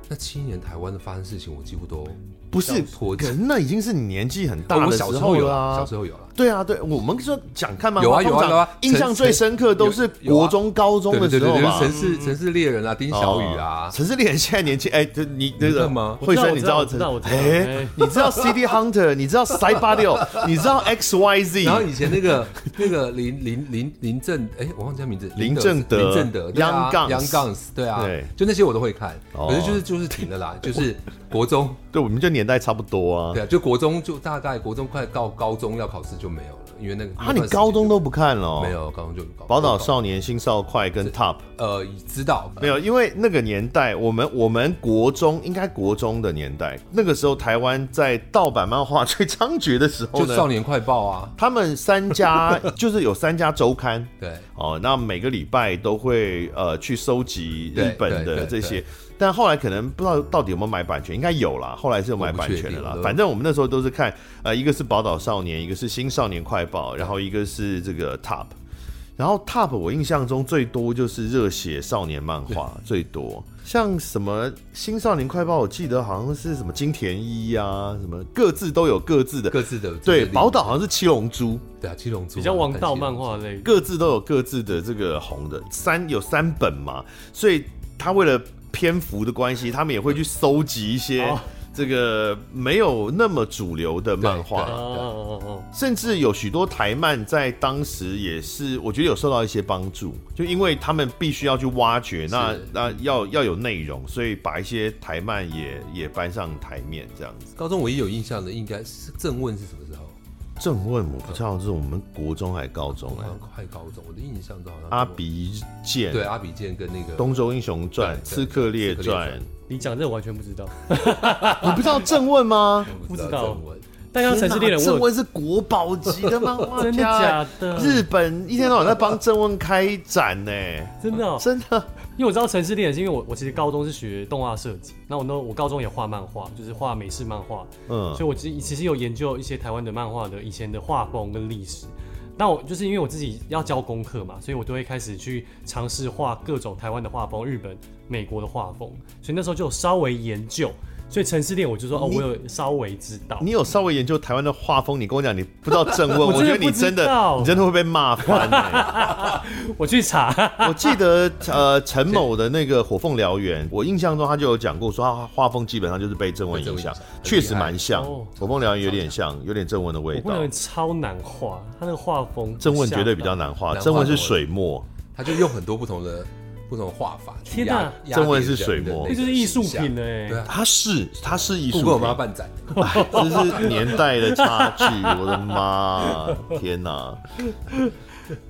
S3: 那七年台湾的发生事情，我几乎都
S2: 不是
S3: 脱，
S2: 可
S3: 节。
S2: 能那已经是你年纪很
S3: 哦
S2: 大
S3: 我
S2: 的
S3: 小时
S2: 候
S3: 候有
S2: 了
S3: 啦，
S2: 啊
S3: 小时。候有了。
S2: 对啊，对，我们说讲看漫画，
S3: 有啊有
S2: 通
S3: 啊
S2: 常
S3: 有啊
S2: 印象最深刻都是
S3: 陈有啊
S2: 国中、高中的时候嘛。
S3: 城市城市猎人啊，丁小雨啊
S2: 哦，陈世莲现在年轻，哎，这你那
S3: 知
S2: 个
S3: 道吗
S2: 慧生，你
S4: 我知
S2: 道
S4: 道我知道我知道我知道
S2: 哎
S4: 哎，
S2: 你知道 City Hunter，你知道 Side Body，你知道 X Y Z，
S3: 然后以前那个那个林林林林正，哎，我忘记他名字，
S2: 林正德
S3: 林正德，对啊
S2: Young Guns
S3: 杨杠，对啊
S2: 对，
S3: 就那些我都会看，
S2: 哦
S3: 可是就是就是停了啦，就是国中，
S2: 对，我们就年代差不多啊
S3: 对。啊，就国中就大概国中快到高中要考试就没有了，因为那个
S2: 啊，你高中都不看了？哦
S3: 没。有，高中就高
S2: 宝岛少年、新少快跟 Top
S3: 呃知道
S2: 没有，因为那个年代，我们我们国中应该国中的年代，那个时候台湾在盗版漫画最猖獗的时候
S3: 就
S2: 呢，
S3: 少年快报啊，
S2: 他们三家 就是有三家周刊，
S3: 对，
S2: 哦，那每个礼拜都会呃去收集日
S3: 对
S2: 本
S3: 对
S2: 的
S3: 对
S2: 这些
S3: 对，
S2: 但后来可能不知道到底有没有买版权，应该有啦，后来是有买版权的
S3: 我不确
S2: 啦
S3: 定。
S2: 反正我们那时候都是看，呃，一个是宝岛少年，一个是新少年快报，然后一个是这个 Top，然后 Top 我印象中最多就是热血少年漫画最多，像什么新少年快报，我记得好像是什么金田一啊，什么各自都有各自的，
S3: 各自的
S2: 对，宝
S3: 岛
S2: 岛好像是七龙珠，
S3: 对啊，七龙珠
S4: 比较王道漫
S3: 画。
S4: 画类。
S2: 各自都有各自的这个红的三有三本嘛，所以他为了篇幅的关系，他们也会去搜集一些
S4: 哦
S2: 这个没有那么主流的漫
S4: 哦
S2: 画，
S4: 哦哦
S2: 甚至有许多台漫在当时也是，我觉得有受到一些帮助，就因为他们必须要去挖掘，那
S3: 是
S2: 那要要有内容，所以把一些台漫也也搬上台面这样子。
S3: 高中唯一有印象的应该是正问是什么时候？
S2: 正问我不知道是我们国中还高中
S3: 好
S2: 哎、
S3: 像快高中，我的印象中好像
S2: 阿鼻剑
S3: 对阿比剑跟那个
S2: 东周英雄传
S3: 对》
S2: 《
S3: 对
S2: 刺客列
S3: 刺客列
S2: 传》
S3: 传
S4: 你讲这我完全不知道。
S2: 你不知道郑问吗？
S3: 不
S4: 不知道
S3: 正文
S4: 但刚刚城市猎人
S2: 郑
S4: 我
S2: 问是国宝级的 漫画
S4: 真的
S2: 家
S4: 假的
S2: 日本一天到晚在帮郑问开展 呢、
S4: 真的哦，
S2: 真的。
S4: 因为我知道城市猎人是因为我我其实高中是学动画设计，那我呢我高中也画漫画，就是画美式漫画，
S2: 嗯
S4: 所以，我其实其实有研究一些台湾的漫画的以前的画风跟历史。那我就是因为我自己要教功课嘛，所以我都会开始去尝试画各种台湾的画风、日本、美国的画风，所以那时候就有稍微研究。所以城市恋我就说哦，我有稍微知道。
S2: 你有稍微研究台湾的画风，你跟我讲，你不知道正问，我
S4: 真的
S2: 觉得你
S4: 不知
S2: 真的
S4: 道
S2: 你真的会被骂翻、 欸。
S4: 我去查，
S2: 我记得呃，陈某的那个《火凤燎原》，我印象中他就有讲过，说他画风基本上就是被正文影响
S3: 被郑文影响，
S2: 确实蛮像，
S4: 很厉害哦
S2: 火凤燎原》有点像，有点正文的味
S4: 我不
S2: 道。
S4: 能超难画，他那个画风
S2: 正文绝对比
S4: 吓
S2: 较
S4: 到。
S2: 难
S3: 难
S2: 画，
S3: 画
S2: 正文是水墨，
S3: 他就用很多不同的不同的画法去
S4: 天
S3: 压
S4: 哪，
S3: 压
S2: 中文
S3: 扁
S2: 是
S3: 人
S2: 水
S3: 的
S2: 墨
S3: 那
S4: 那就
S3: 个
S4: 是艺术
S3: 形象
S4: 品了欸
S3: 对啊，
S2: 它是它是艺术
S3: 不
S2: 品
S3: 过我妈办展，
S2: 这是年代的差距，我的妈，天哪！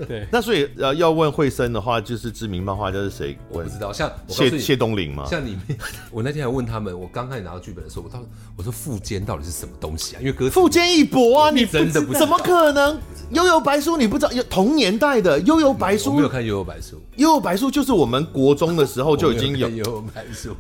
S4: 对，
S2: 那所以呃，要问惠森的话，就是知名漫画家是谁？
S3: 我不知道。像我告诉
S2: 谢
S3: 你，
S2: 谢东林吗？
S3: 像里面，我那天还问他们，我刚开始拿到剧本的时候，我到底我说附件到底是什么东西啊？因为歌词
S2: 富坚义博啊，你
S3: 真的不知道
S2: 怎么可能？悠悠白书你不知道？有同年代的悠悠白
S3: 我没
S2: 书
S3: 有，看《幽游白书》，
S2: 悠悠白书就是我们国中的时候就已经有
S3: 我，没看幽游白书》，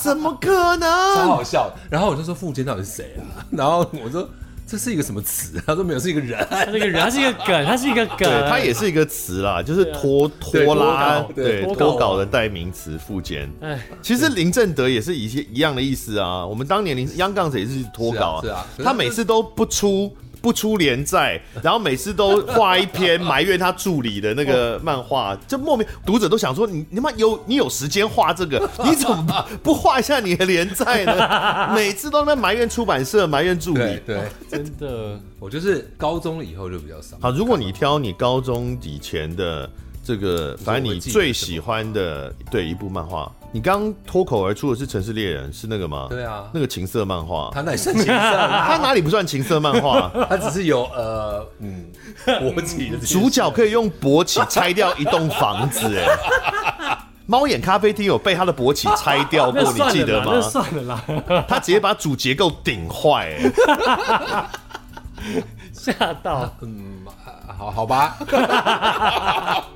S2: 怎么可
S3: 超
S2: 能？
S3: 好笑的。然后我就说附件到底是谁啊？ 然后我说这是一个什么词？啊他说没有，是一个人。
S4: 他这个人，他是一个梗，他是一个梗，
S2: 对，它也是一个词啦，就是拖
S3: 对
S2: 拖拉
S3: 脱，稿
S2: 对
S3: 对
S4: 脱稿
S2: 脱稿的代名词附件。
S4: 哎，
S2: 其实林正德也是一些一样的意思啊。我们当年林央杠子也是脱稿
S3: 是啊是啊
S2: 他每次都不出不出连载，然后每次都画一篇埋怨他助理的那个漫画，就莫名读者都想说你你妈有你有时间画这 个，你怎么不不画一下你的连载呢？每次都在埋怨出版社，埋怨助理
S3: 对。对，
S4: 真的，
S3: 我就是高中了以后就比较少。
S2: 好，如果你挑你高中以前的这个，反正你最喜欢的对一部漫画，你刚脱口而出的是《城市猎人》，是那个吗？
S3: 对啊
S2: 那个情色漫画，
S3: 他那也算情色，
S2: 他哪里不算情色漫 画？
S3: 他只是有呃 嗯勃起的这件事
S2: 主角可以用勃起拆掉一栋房子，哎， 猫眼咖啡厅有被他的勃起拆掉过，
S4: 那
S2: 你
S4: 算
S2: 记
S4: 了
S2: 得
S4: 啦，那
S2: 吗？
S4: 算了啦，
S2: 他直接把主结构顶坏，哎，
S4: 吓到，
S3: 嗯，啊好 好 吧。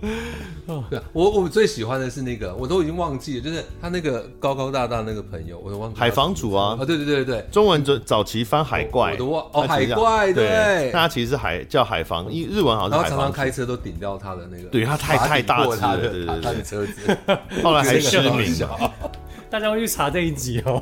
S3: 对啊，我我最喜欢的是那个，我都已经忘记了，就是他那个高高大大那个朋友，我都忘记他
S2: 海房主啊
S3: 啊，对对对对
S2: 中文早早期翻海怪，
S3: 我都忘哦
S2: 它其实叫
S3: 海怪
S2: 对，
S3: 对
S2: 那它其实是海叫海防，因日文好
S3: 然
S2: 像
S3: 后
S2: 是海
S3: 常
S2: 防
S3: 常。开车都顶到他的那个，
S2: 对他太
S3: 把
S2: 太
S3: 顶
S2: 大
S3: 过
S2: 只
S3: 他
S2: 了对
S3: 的
S2: 对
S3: 他
S2: 对
S3: 他的车子，
S2: 后来还
S3: 这个
S2: 失
S3: 很好
S2: 明，
S3: 笑
S4: 大家会去查这一集哦。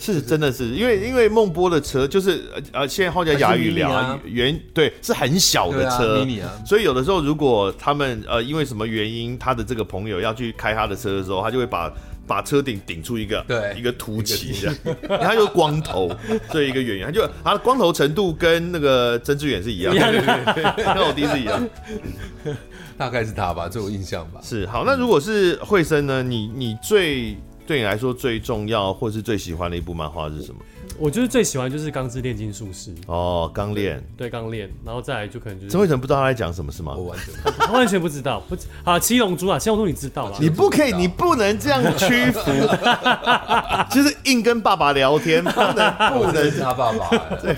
S2: 是真的是因为因为孟波的车就是呃呃，现在后来雅语聊
S3: 它是 mini 啊
S2: 原对是很小的车、
S3: 对啊，mini 啊
S2: 所以有的时候如果他们呃因为什么原因，他的这个朋友要去开他的车的时候，他就会把把车顶顶出一个
S3: 对
S2: 一个凸起这样，然后他就光头，所以一个圆圆，他就他的光头程度跟那个曾志远是一样 的，跟我弟是一样。
S3: 大概是他吧，最有印象 吧。
S2: 是好，那如果是惠生呢？你你最对你来说最重要或是最喜欢的一部漫画是什么？
S4: 我就是最喜欢就是《钢之炼金术师》，
S2: 哦，《钢炼》。
S4: 对，钢炼，然后再来就可能就是
S2: 陈慧成不知道他在讲什么是吗
S3: 我？完全
S4: 他完全不知道，不知啊，七龙珠啊，七龙珠你知道啦，
S2: 你不可以，你不能这样屈 服， 就是硬跟爸爸聊天，不能
S3: 我
S2: 不
S3: 真的
S2: 能
S3: 是他爸爸欸，对，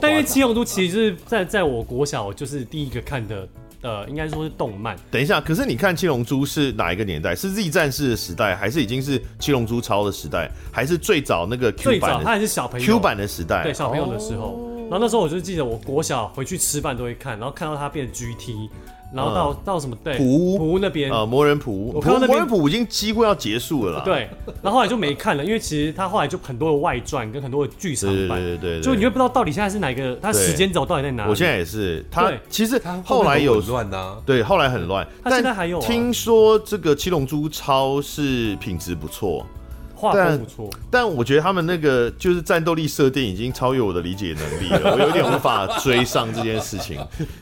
S4: 但因为七龙珠其实就是在在我国小就是第一个看的，呃，应该说是动漫，
S2: 等一下，可是你看《七龙珠》是哪一个年代？是 Z 战士的时代，还是已经是《七龙珠超》的时代，还是最早那个
S4: 最
S2: Q
S4: 早
S2: 版
S4: 它还
S2: 的
S4: 是小朋友
S2: Q 版的时哦代
S4: 对？小朋友的时候，然后那时候我就记得我国小回去吃饭都会看，然后看到它变 GT，然后
S2: 嗯
S4: 到、到什么对
S2: 普
S4: 普那边。
S2: 呃，魔人普，
S4: 我看到那
S2: 魔
S4: 边
S2: 人普已经几乎要结束了啦。
S4: 对，然后后来就没看了，因为其实它后来就很多的外传跟很多的剧场
S2: 对对
S4: 版，
S2: 对对对，
S4: 就你会不知道到底现在是哪一个，它
S2: 对
S4: 时间轴到底在哪里。
S2: 我现在也是，他
S4: 对
S2: 其实
S3: 他
S2: 后来有
S3: 乱啊呐，
S2: 对，后来很乱，
S4: 他现在还有啊
S2: 听说这个七龙珠超是品质不错，
S4: 画
S2: 但
S4: 风不错，
S2: 但我觉得他们那个就是战斗力设定已经超越我的理解能力 了，我有点无法追上这件事情。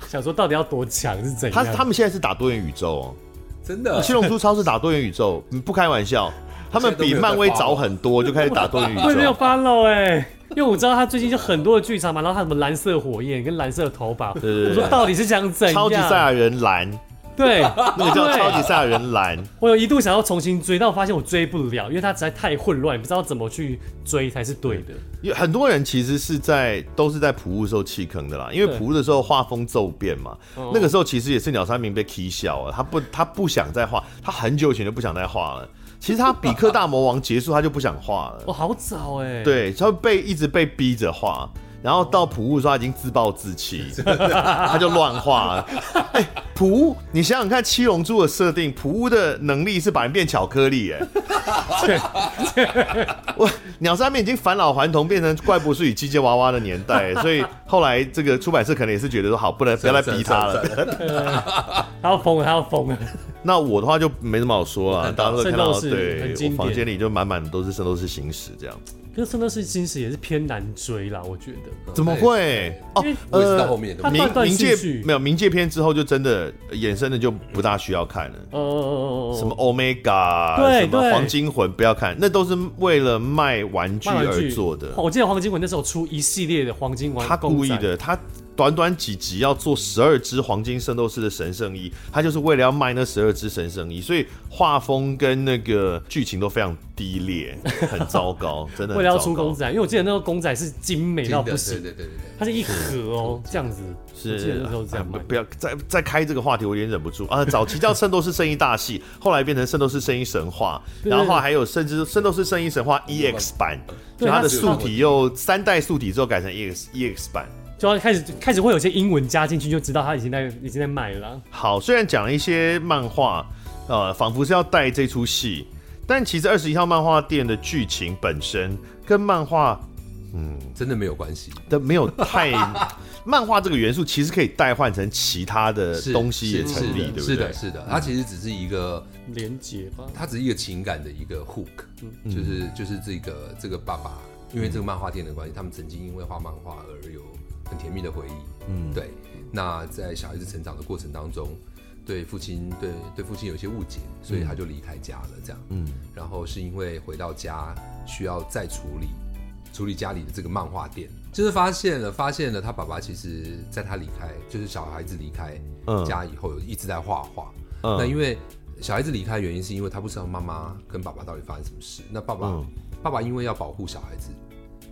S4: 想说到底要多强是怎
S2: 他
S4: 样？
S2: 他们现在是打多元宇宙
S3: 真
S2: 哦，
S3: 的
S2: 七龙珠超是打多元宇宙，嗯不开玩笑，他们比漫威早很多，就开始打多元宇
S4: 我也没有
S2: 宙。
S4: follow 哎、因为我知道他最近就很多的剧场嘛，然后他什么蓝色火焰跟蓝色头发，
S2: 对对
S4: 我说到底是想怎样？
S2: 超级赛亚人蓝，
S4: 对，
S2: 那个叫超级
S4: 对，
S2: 赛亚人蓝，
S4: 我有一度想要重新追，但我发现我追不了，因为它实在太混乱，不知道怎么去追才是对的。
S2: 有很多人其实是在都是在普物的时候弃坑的啦，因为
S4: 对
S2: 普物的时候画风骤变嘛，
S4: 哦
S2: 那个时候其实也是鸟山明被踢笑啊，他不他不想再画，他很久以前就不想再画了。其实他比克大魔王结束他就不想画了，
S4: 哦，好早哎、，
S2: 对，他被一直被逼着画。然后到普物说他已经自暴自弃， 他就乱画了。哎，普物，你想想看《七龙珠》的设定，普物的能力是把人变巧克力、 哎， 我鸟山明已经返老还童，变成怪不是与机械娃娃的年代，所以后来这个出版社可能也是觉得说好，不能不要来逼他了。
S4: 他要疯了，他要疯了。
S2: 那我的话就没什么好说了，大家都看到，
S4: 圣斗士很
S2: 对
S4: 经典
S2: 我房间里就满满的都是圣斗士星矢这样。
S4: 可是圣斗士星矢也是偏难追啦，我觉得。
S2: 怎么会？哦
S4: 因为，
S3: 我也是到后面的
S4: 他
S2: 冥
S4: 断断
S2: 冥
S4: 续
S2: 界
S4: 续
S2: 没有冥界篇之后，就真的呃衍生的就不大需要看了。
S4: 呃，
S2: 什么 Omega，啊
S4: 对
S2: 什么
S4: 对
S2: 黄金魂，不要看，那都是为了卖玩具
S4: 漫玩
S2: 而
S4: 剧
S2: 做的。
S4: 呃我记得黄金文那时候出一系列的黄金玩，
S2: 他故意。的，他短短几集要做十二只黄金圣斗士的神圣衣，他就是为了要卖那十二只神圣衣，所以画风跟那个剧情都非常低劣，很糟糕，真的
S4: 为
S2: 很
S4: 了
S2: 糟
S4: 要
S2: 糕。
S4: 出公仔，因为我记得那个公仔是精美
S3: 真的
S4: 到不
S3: 对
S4: 行，
S3: 对对对对，
S4: 它是一盒哦，这样子。我记得
S2: 是
S4: 那时候是这样
S2: 啊
S4: 卖
S2: 不。不要再再开这个话题，我有点忍不住啊。 早期叫《圣斗士圣衣大戏》， 后来变成《圣斗士圣衣神话》，
S4: 对
S2: 然后后来还有甚至《圣斗士圣衣神 话》EX 版，就
S4: 对
S2: 它的
S4: 它
S3: 是
S2: 素体又三代素体之后改成 E EX EX 版。
S4: 就要开始开始会有些英文加进去，就知道他已经在已经在卖了啦。
S2: 好，虽然讲了一些漫画，呃，仿佛是要带这出戏，但其实二十一号漫画店的剧情本身跟漫画
S3: 真的没有关系。
S2: 的没有 太漫画这个元素，其实可以代换成其他的
S3: 是
S2: 东西也
S3: 是
S2: 成
S3: 是
S2: 立，对
S3: 的
S2: 不
S3: 是的，
S2: 对？
S3: 是的，它其实只是一个，
S4: 连结吧，
S3: 它只是一个情感的一个 hook，就是就是这个这个爸爸，因为这个漫画店的关系，他们曾经因为画漫画而有很甜蜜的回忆。嗯，对。那在小孩子成长的过程当中，对父亲对对父亲有一些误解，所以他就离开家了，这样。嗯，然后是因为回到家需要再处理处理家里的这个漫画店，就是发现了，发现了他爸爸其实在他离开，就是小孩子离开
S2: 嗯
S3: 家以后，有一直在画画。
S2: 嗯
S3: 那因为小孩子离开的原因是因为他不知道妈妈跟爸爸到底发生什么事。那爸爸、
S2: 嗯
S3: 爸爸因为要保护小孩子，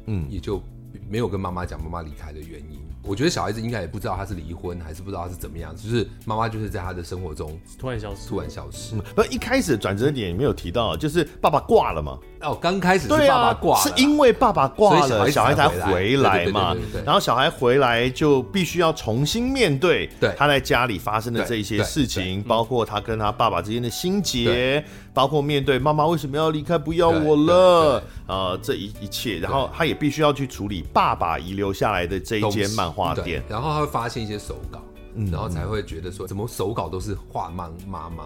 S2: 嗯
S3: 也就没有跟妈妈讲妈妈离开的原因。我觉得小孩子应该也不知道他是离婚，还是不知道他是怎么样，就是妈妈就是在他的生活中
S4: 突然消失。
S3: 突然消失。
S2: 不，一开始转折点也没有提到，就是爸爸挂了嘛。
S3: 哦，刚开始是
S2: 对
S3: 爸爸
S2: 啊，
S3: 挂了
S2: 是
S3: 啦，
S2: 因为爸爸挂
S3: 所
S2: 了，
S3: 以
S2: 小
S3: 小
S2: 孩
S3: 孩
S2: 才
S3: 才
S2: 回
S3: 回
S2: 来
S3: 来
S2: 嘛
S3: 对对对对对对。
S2: 然后小孩回来就必须要重新面对
S3: 对
S2: 他在家里发生的
S3: 对
S2: 这一些
S3: 对
S2: 事情，包括他跟他爸爸之间的心结
S3: 对，
S2: 包括面对妈妈为什么要离开不要
S3: 对
S2: 我
S3: 对
S2: 了啊这一一切，然后他也必须要去处理爸爸遗留下来的这一
S3: 东西
S2: 间漫画
S3: 对
S2: 店。
S3: 然后他会发现一些手稿，
S2: 嗯
S3: 然后才会觉得说，怎么手稿都是画漫妈妈，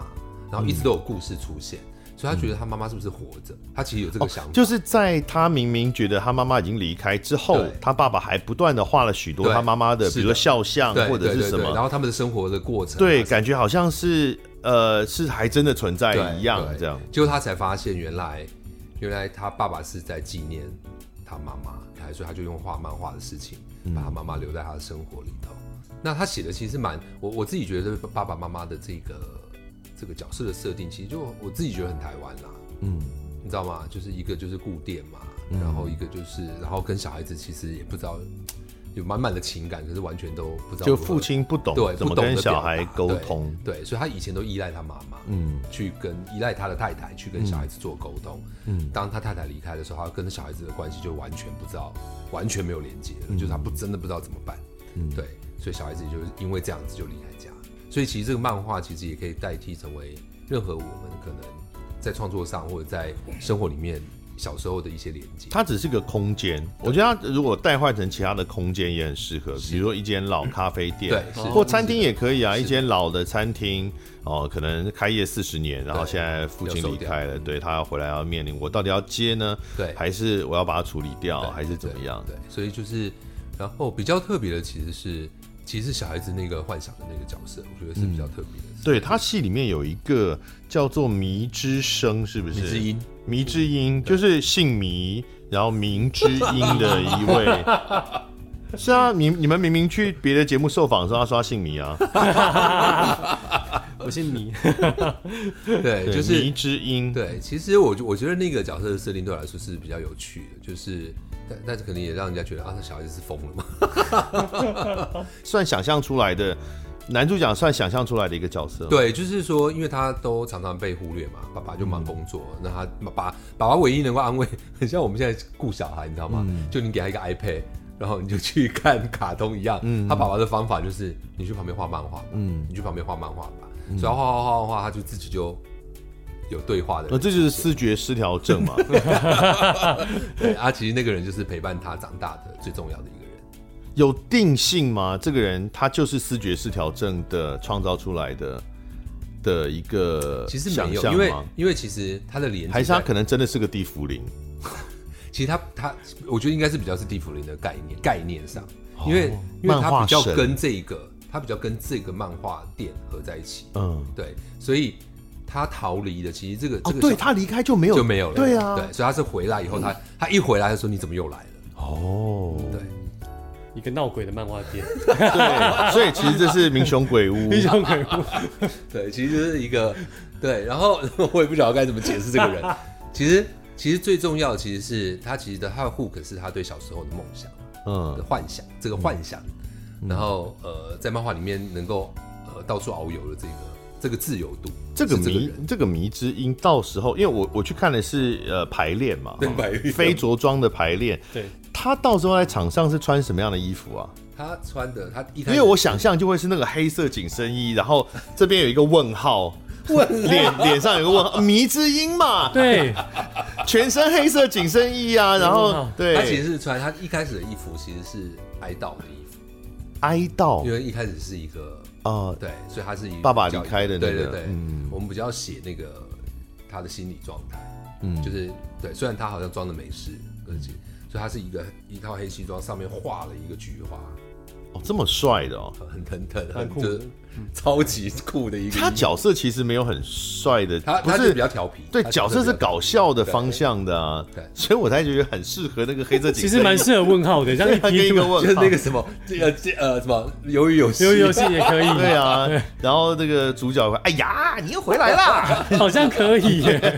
S3: 然
S2: 嗯
S3: 后一直都有故事出现，所以他觉得他妈妈是不是活着？他其实有这
S2: 哦
S3: 个想法，
S2: 就是在他明明觉得他妈妈已经离开之后
S3: 对，
S2: 他爸爸还不断的画了许多
S3: 对
S2: 他妈妈的，
S3: 是
S2: 比
S3: 的
S2: 如说肖像
S3: 对
S2: 啊或者
S3: 对
S2: 是
S3: 对
S2: 什
S3: 对然
S2: 么，
S3: 后他们的生活的过程啊，
S2: 对，感觉好像是呃是还真的存在
S3: 对
S2: 一样
S3: 对
S2: 这样。
S3: 结果他才发现原来原来他爸爸是在纪念他妈妈，还所以他就用画漫画的事情
S2: 嗯
S3: 把他妈妈留在他的生活里头。那他写的其实蛮我我自己觉得爸爸妈妈的这个这个角色的设定，其实就我自己觉得很台湾啦、
S2: 嗯，
S3: 你知道吗？就是一个就是固店嘛，然后一个就是，然后跟小孩子其实也不知道有满满的情感，可是完全都不知道
S2: 就
S3: 如何
S2: 父亲不懂
S3: 对
S2: 怎么
S3: 不懂得
S2: 跟小
S3: 表达
S2: 孩沟通，
S3: 对对，所以他以前都依赖他妈妈，嗯，去跟依赖他的太太去跟小孩子做沟通，嗯，当他太太离开的时候，他跟小孩子的关系就完全不知道，完全没有连接了，
S2: 嗯
S3: 就是他不真的不知道怎么办，嗯，对，所以小孩子就是因为这样子就离开家，所以其实这个漫画其实也可以代替成为任何我们可能在创作上或者在生活里面小时候的一些连接，
S2: 它只是个空间。我觉得它如果代换成其他的空间也很适合，比如说一间老咖啡店，
S3: 对是
S2: 或餐厅也可以啊。
S3: 是
S2: 一
S3: 的
S2: 间老的餐厅，哦，可能开业四十年，然后
S3: 对
S2: 现在父亲
S3: 要收
S2: 离
S3: 掉嗯
S2: 开了，对他要回来要面临，我到底要接呢？
S3: 对
S2: 还是我要把它处理掉，
S3: 对
S2: 哦还是怎么样？
S3: 对，所以就是，然后比较特别的其实是，其实是小孩子那个幻想的那个角色，我觉得是比
S2: 嗯
S3: 较特别的。
S2: 对，他戏里面有一个叫做迷之声，是不是？
S3: 迷之音，
S2: 迷之音就是姓迷，然后明之音的一 位。是啊，你你们明明去别的节目受访的时候，他说他姓迷啊，
S4: 我姓米，
S3: 对，就
S2: 迷
S3: 是
S2: 之音。
S3: 对。其实我觉我觉得那个角色的设定对我来说是比较有趣的，就是但但是可能也让人家觉得啊，这小孩子是疯了嘛。
S2: 算想象出来的，男主角算想象出来的一个角色。，
S3: 对，就是说，因为他都常常被忽略嘛，爸爸就
S2: 嗯
S3: 忙工作，那
S2: 嗯
S3: 他爸爸爸爸唯一能够安慰，很像我们现在顾小孩，你知道吗？就你给他一个 iPad，然后你就去看卡通一样。
S2: 嗯
S3: 他爸爸的方法就是你去旁边画漫画，嗯，你去旁边画漫画吧。
S2: 嗯
S3: 所以他画画画画画，他就自己就有对话的
S2: 呃，
S3: 人。
S2: 这就是思觉失调症 嘛。
S3: 对啊，其实那个人就是陪伴他长大的最重要的一个人。
S2: 有定性吗？这个人他就是思觉失调症的创造出来的的一个
S3: 其实
S2: 想
S3: 没有，
S2: 象
S3: 因为
S2: 吗
S3: 因为其实他的连接
S2: 还是他
S3: 在
S2: 可能真的是个地茯苓，
S3: 其实他他，我觉得应该是比较是地府林的概念概念上，因为、因为
S2: 哦漫
S3: 他
S2: 画
S3: 比较
S2: 神
S3: 跟这个，他比较跟这个漫画店合在一起，
S2: 嗯，
S3: 对，所以他逃离的其实这个、
S2: 哦
S3: 这，个
S2: 对
S3: 小
S2: 他离开就没有
S3: 就没有了，
S2: 对啊，
S3: 对，所以他是回来以后，他他一回来他说你怎么又来了？
S2: 哦，
S3: 对，
S4: 一个闹鬼的漫画店，
S2: 对，所以其实这是民雄 鬼屋，
S4: 非常鬼屋。
S3: 对，其实就是一个对，然后 我也不晓得该怎么解释这个人。其实其实最重要的其实是他其实的他的 hook 是他对小时候的梦想。的
S2: 嗯，
S3: 幻想，这个幻想，然后呃，在漫画里面能够呃到处遨游的这个这个自由度，
S2: 这个
S3: 是
S2: 迷
S3: 人
S2: 这个迷之音到时候，因为我我去看的是呃排练嘛，
S3: 对
S2: 哈
S3: 排练
S2: 非着装的排练，
S4: 对，
S2: 他到时候在场上是穿什么样的衣服啊？
S3: 他穿的他一开
S2: 因为
S3: 始
S2: 我想象就会是那个黑色紧身衣，然后这边有一个问号，问
S3: 啊
S2: 脸脸上有个问号，迷之音嘛，
S4: 对，
S2: 全身黑色紧身衣啊，然
S4: 有问
S2: 后
S4: 号
S2: 对，
S3: 啊他其实是穿他一开始的衣服其实是哀悼的衣服，
S2: 哀
S3: 因
S2: 悼
S3: 为一开始是一个
S2: 啊，
S3: 对，所以他是一个
S2: 爸爸
S3: 比较
S2: 离开的那个
S3: 对对对，
S2: 嗯
S3: 我们比较写那个他的心理状态，嗯，就是对，虽然他好像装的没事，而
S2: 嗯
S3: 且所以他是一个一套黑西装，上面画了一个菊花，
S2: 哦这么帅的哦，
S3: 很很很
S4: 蛮
S3: 很
S4: 酷
S3: 就
S4: 的
S3: 是超级酷的一个衣服。
S2: 他角色其实没有很帅的，
S3: 他
S2: 不
S3: 他就是比较调皮，
S2: 对
S3: 他
S2: 角色
S3: 比较
S2: 是搞笑的方向的啊
S3: 对，
S2: 所以我才觉得很适合那个黑色紧
S4: 其
S2: 身衣，
S4: 实蛮适合问号的，这样
S2: 他跟
S4: 一
S2: 一
S4: 踢
S2: 个问
S3: 就是
S2: 号
S3: 那个什么这呃这呃什么鱿鱼游戏，
S4: 游游戏也可以，
S2: 对啊，然后那个主角会，哎呀，你又回来啦。
S4: 好像可以耶。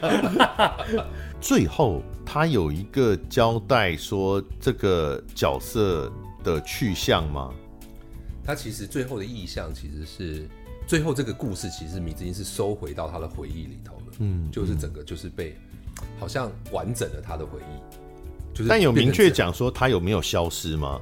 S2: 最后他有一个交代说这个角色的去向吗？
S3: 他其实最后的意象其实是最后这个故事其实米之音是收回到他的回忆里头了，嗯，就是整个就是被好像完整了他的回忆，就是
S2: 但有
S3: 变
S2: 明
S3: 成
S2: 确
S3: 整
S2: 讲说他有没有消失吗？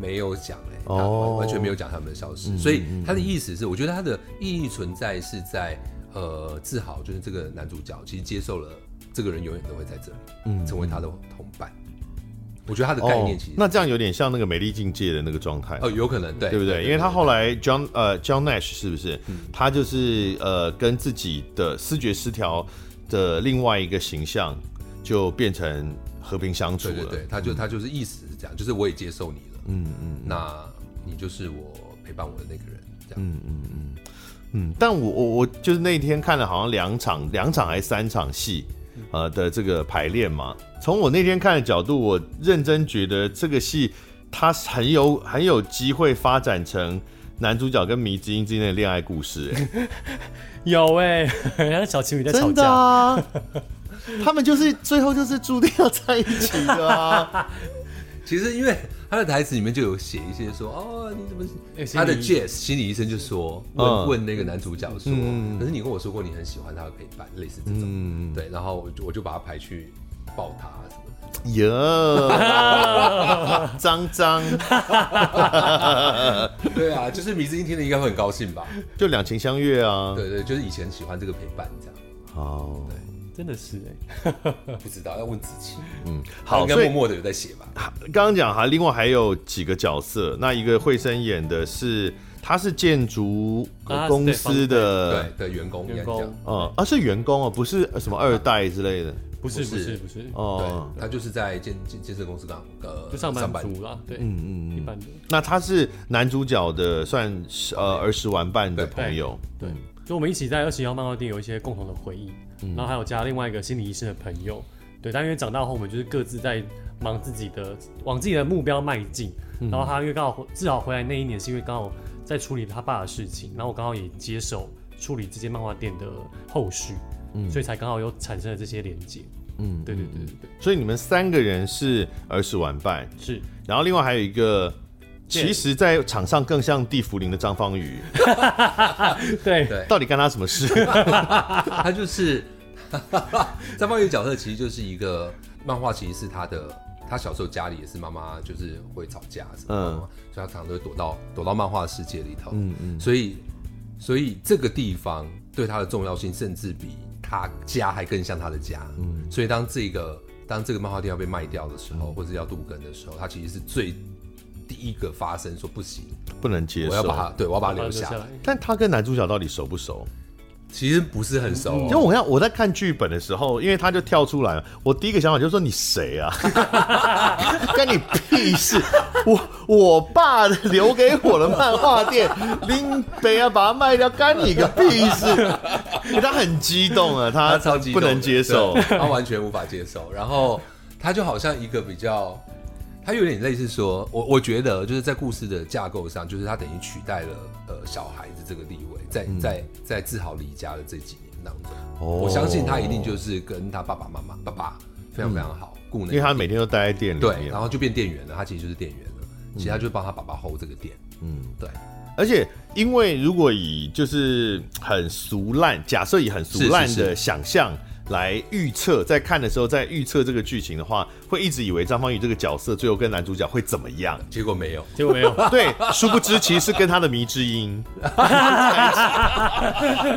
S3: 没有讲哎、欸，
S2: 哦嗯
S3: 完完全没有讲他们的消失，所以他的意思是，我觉得他的意义存在是在呃自豪，就是这个男主角其实接受了这个人永远都会在这里，嗯，成为他的同伴。我觉得他的概念其实、
S2: 哦那这样有点像那个美丽境界的那个状态。
S3: 哦有可能对嗯
S2: 对不对？因为他后来 John 呃 John Nash 是不是？他就是呃跟自己的视觉失调的另外一个形象就变成和平相处
S3: 对
S2: 了。嗯
S3: 对对，他就他就是意思是这样，就是我也接受你了，嗯嗯，那你就是我陪伴我的那个人，这样，
S2: 嗯，但我我我就是那天看了好像两场两场还是三场戏，呃的这个排练嘛。从我那天看的角度，我认真觉得这个戏它是很有很有机会发展成男主角跟迷之音之间的恋爱故事、哎
S4: 有 哎，人家小 情侣在吵
S2: 真的
S4: 架，
S2: 啊，他们就是最后就是注定要在一起的啊。
S3: 其实因为他的台词里面就有写一些说，哦，你怎么
S4: 哎？心
S3: 他
S4: 理
S3: 的 Jazz 心理医生就说，问、
S2: 嗯
S3: 问那个男主角说，
S4: 嗯
S3: 可是你跟我说过你很喜欢他的陪伴，类似这种，对，然后我就我就把他排去抱他什么的。
S2: 哟，脏脏，
S3: 对啊，就是迷之音听了应该会很高兴吧？
S4: 嗯
S2: 就两情相悦啊。
S3: 对对，就是以前喜欢这个陪伴这样，
S2: 好，
S4: 真的是哎，
S3: 不知道要问子琪，
S4: 嗯
S3: 他
S2: 好，
S3: 应该
S2: 所以
S3: 默默的有在写吧？
S2: 刚刚讲哈，另外还有几个角色，那一个惠生演的是，他是建筑
S4: 啊
S2: 公司的
S3: 对，对，员工应该是
S4: 员
S3: 这
S4: 工
S3: 样。
S2: 呃，啊是员工哦，不是什么二代之类的
S4: 不是
S3: 不
S4: 不
S3: 是
S4: 是不是，
S2: 哦。
S3: 对，他就是在建建建设公司当呃
S4: 就上班族啦，对，嗯嗯，一般的，
S2: 那他是男主角的算是呃儿时玩伴的朋友，
S4: 对，就我们一起在二十一号漫画店有一些共同的回忆，然后还有加另外一个心理医生的朋友，对，但因为长大后我们就是各自在忙自己的，往自己的目标迈进，然后他因为刚好至少回来那一年是因为刚好在处理他爸的事情，然后我刚好也接手处理这间漫画店的后续，所以才刚好又产生了这些连接，嗯，对对对对对，
S2: 所以你们三个人是儿时玩伴，
S4: 是
S2: 然后另外还有一个。
S4: 对
S2: 其实，在场上更像地茯苓的张方宇，
S4: 对
S3: 对
S2: 到底干他什么事？
S3: 他 就是张曼玉角色，其实就是一个漫画，其实是他的他他小时候家里也是妈妈就是会吵架什么，
S2: 嗯
S3: 嗯、所以他常常都会躲到躲到漫画的世界里头。
S2: 嗯嗯，
S3: 所以，所以这个地方对他的重要性，甚至比他家还更像他的家。嗯，所以当这个当这个漫画店要被卖掉的时候，或者要杜更的时候，他其实是最第一个发声说不行，
S2: 不能接受。
S3: 我要把它，对我要把它
S4: 把它
S3: 留
S4: 留
S3: 下
S4: 下
S3: 来
S4: 来。。
S2: 但他跟男主角到底熟不熟？
S3: 其实不是很熟哦
S2: 因为，我看我在看剧本的时候，因为他就跳出来了，我第一个想法就是说你谁啊？ 跟你屁事！我我爸留给我的漫画店，林北啊把它卖掉，干你个屁事！ 因为他很激动啊，他
S3: 他超级
S2: 不能接受
S3: 对。他完全无法接受。然后他就好像一个比较，他有点类似说，我我觉得就是在故事的架构上，就是他等于取代了呃小孩子这个地位，在
S2: 嗯
S3: 在在志豪离家的这几年当中，
S2: 哦
S3: 我相信他一定就是跟他爸爸妈妈爸爸非常非常好，顾能
S2: 嗯因为他嗯每天都待在店里
S3: 对，
S2: 面
S3: 然，后就变店员了，他其实就是店员了，其实他就帮他爸爸 hold 这个店，嗯，对，
S2: 而且因为如果以就是很俗烂，假设以很俗烂
S3: 是是
S2: 的
S3: 是
S2: 想象来预测，在看的时候在预测这个剧情的话，会一直以为张方宇这个角色最后跟男主角会怎么样？
S3: 结果没有。
S4: 结果没有，
S2: 对，殊不知其实是跟他的迷之音。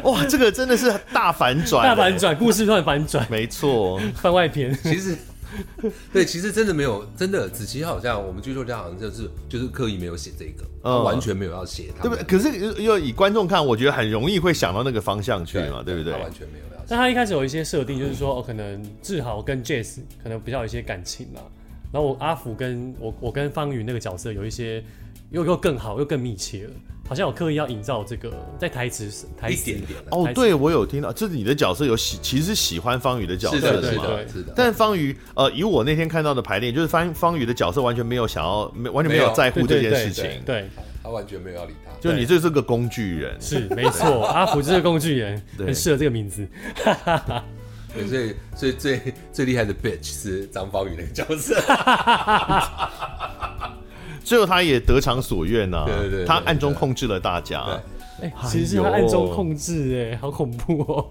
S2: 哇，这个真的是大反转，欸
S4: 大反，转，故事突然反转，
S2: 没错，
S4: 番外篇。
S3: 其实， 对，其实真的没有，真的子琪好像我们剧作家好像就是就是刻意没有写这个，他
S2: 嗯
S3: 完全没有要写他
S2: 对不
S3: 们
S2: 对？
S3: 的，
S2: 可是又以观众看，我觉得很容易会想到那个方向去嘛，对不对
S3: 他？完全没有要写
S4: 但。他一开始有一些设定，就是说，哦，可能志豪跟 Jazz 可能比较有一些感情啦。然后我阿福跟我我跟方宇那个角色有一些又又更好又更密切了，好像有刻意要营造这个在台词台
S3: 一
S4: 词
S3: 点点的啊
S2: 哦
S4: 台，词
S2: 对，我有听到，就是你的角色有喜，其实喜欢方宇的角色
S3: 是的，
S2: 是
S3: 是
S2: 吗？
S3: 的，是的。
S2: 但方瑜，呃，以我那天看到的排练，就是方方瑜的角色完全没有想要，没完全没有
S3: 没有
S2: 在乎这
S4: 对
S2: 件
S4: 对
S2: 事
S4: 对
S2: 情，
S4: 对，
S3: 他完全没有要理他。
S2: 就你这是个工具人，
S4: 是没错，阿福就是工 具人，
S2: 对
S4: 很适合这个名字。
S3: 对，所以所以最最厉害的 bitch 是张方宇那个角色，
S2: 最后他也得偿所愿呐、啊，
S3: 对对对对
S2: 他暗中控制了大家
S3: 对，
S4: 哎、其实是他暗中控制，哎，好恐怖哦。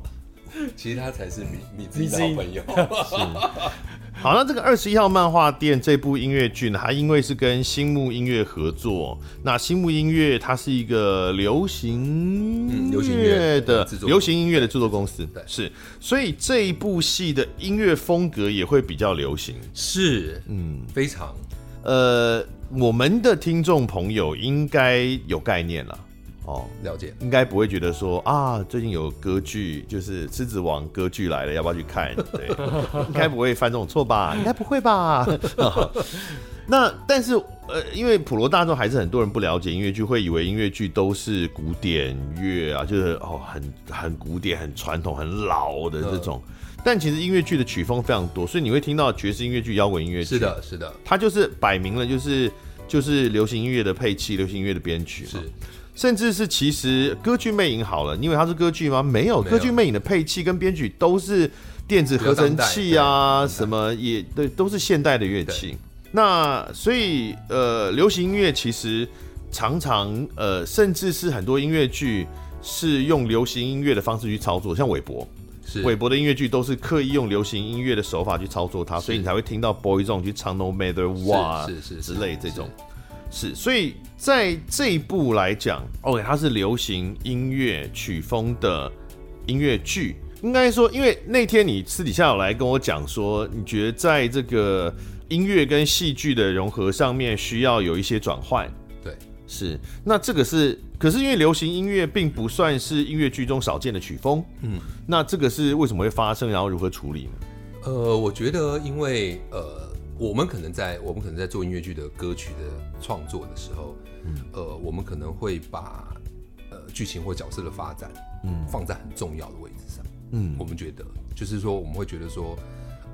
S3: 其实他才是你你自己的
S4: 你自己
S3: 好朋友。
S2: 好，那这个二十一号漫画店这部音乐剧呢，它因为是跟新木音乐合作，那新木音乐它是一个流行
S3: 嗯流行音乐
S2: 的
S3: 制作
S2: 流行音乐的制作公司，
S3: 对
S2: 是，所以这一部戏的音乐风格也会比较流行。
S3: 是，嗯，非常
S2: 呃，我们的听众朋友应该有概念了哦，
S3: 了解。
S2: 应该不会觉得说啊，最近有歌剧，就是《狮子王》歌剧来了，要不要去看？对，应该不会犯这种错吧？应该不会吧？ 那但是呃，因为普罗大众还是很多人不了解音乐剧，会以为音乐剧都是古典乐啊，就是哦很很古典、很传统、很老的这种。但其实音乐剧的曲风非常多，所以你会听到爵士音乐剧、摇滚音乐剧，
S3: 是的，是的，
S2: 它就是摆明了就是就是流行音乐的配器、流行音乐的编曲嘛
S3: 是。
S2: 甚至是其实歌剧魅影好了，因为它是歌剧吗？没有，
S3: 没有
S2: 歌剧魅影的配器跟编曲都是电子合成器啊，什么也对，都是现代的乐器。那所以呃，流行音乐其实常常呃，甚至是很多音乐剧是用流行音乐的方式去操作，像韦伯，
S3: 是
S2: 韦伯的音乐剧都是刻意用流行音乐的手法去操作它，所以你才会听到 Boyzone 去唱 No Matter What
S3: 是是是
S2: 之类这种。是，所以在这一部来讲，OK，它是流行音乐曲风的音乐剧。应该说，因为那天你私底下有来跟我讲说，你觉得在这个音乐跟戏剧的融合上面需要有一些转换。
S3: 对，
S2: 是，那这个是，可是因为流行音乐并不算是音乐剧中少见的曲风，嗯，那这个是为什么会发生，然后如何处理呢？
S3: 呃，我觉得，因为呃，我们可能在我们可能在做音乐剧的歌曲的创作的时候，呃，我们可能会把呃剧情或角色的发展，嗯，放在很重要的位置上，嗯，我们觉得就是说，我们会觉得说，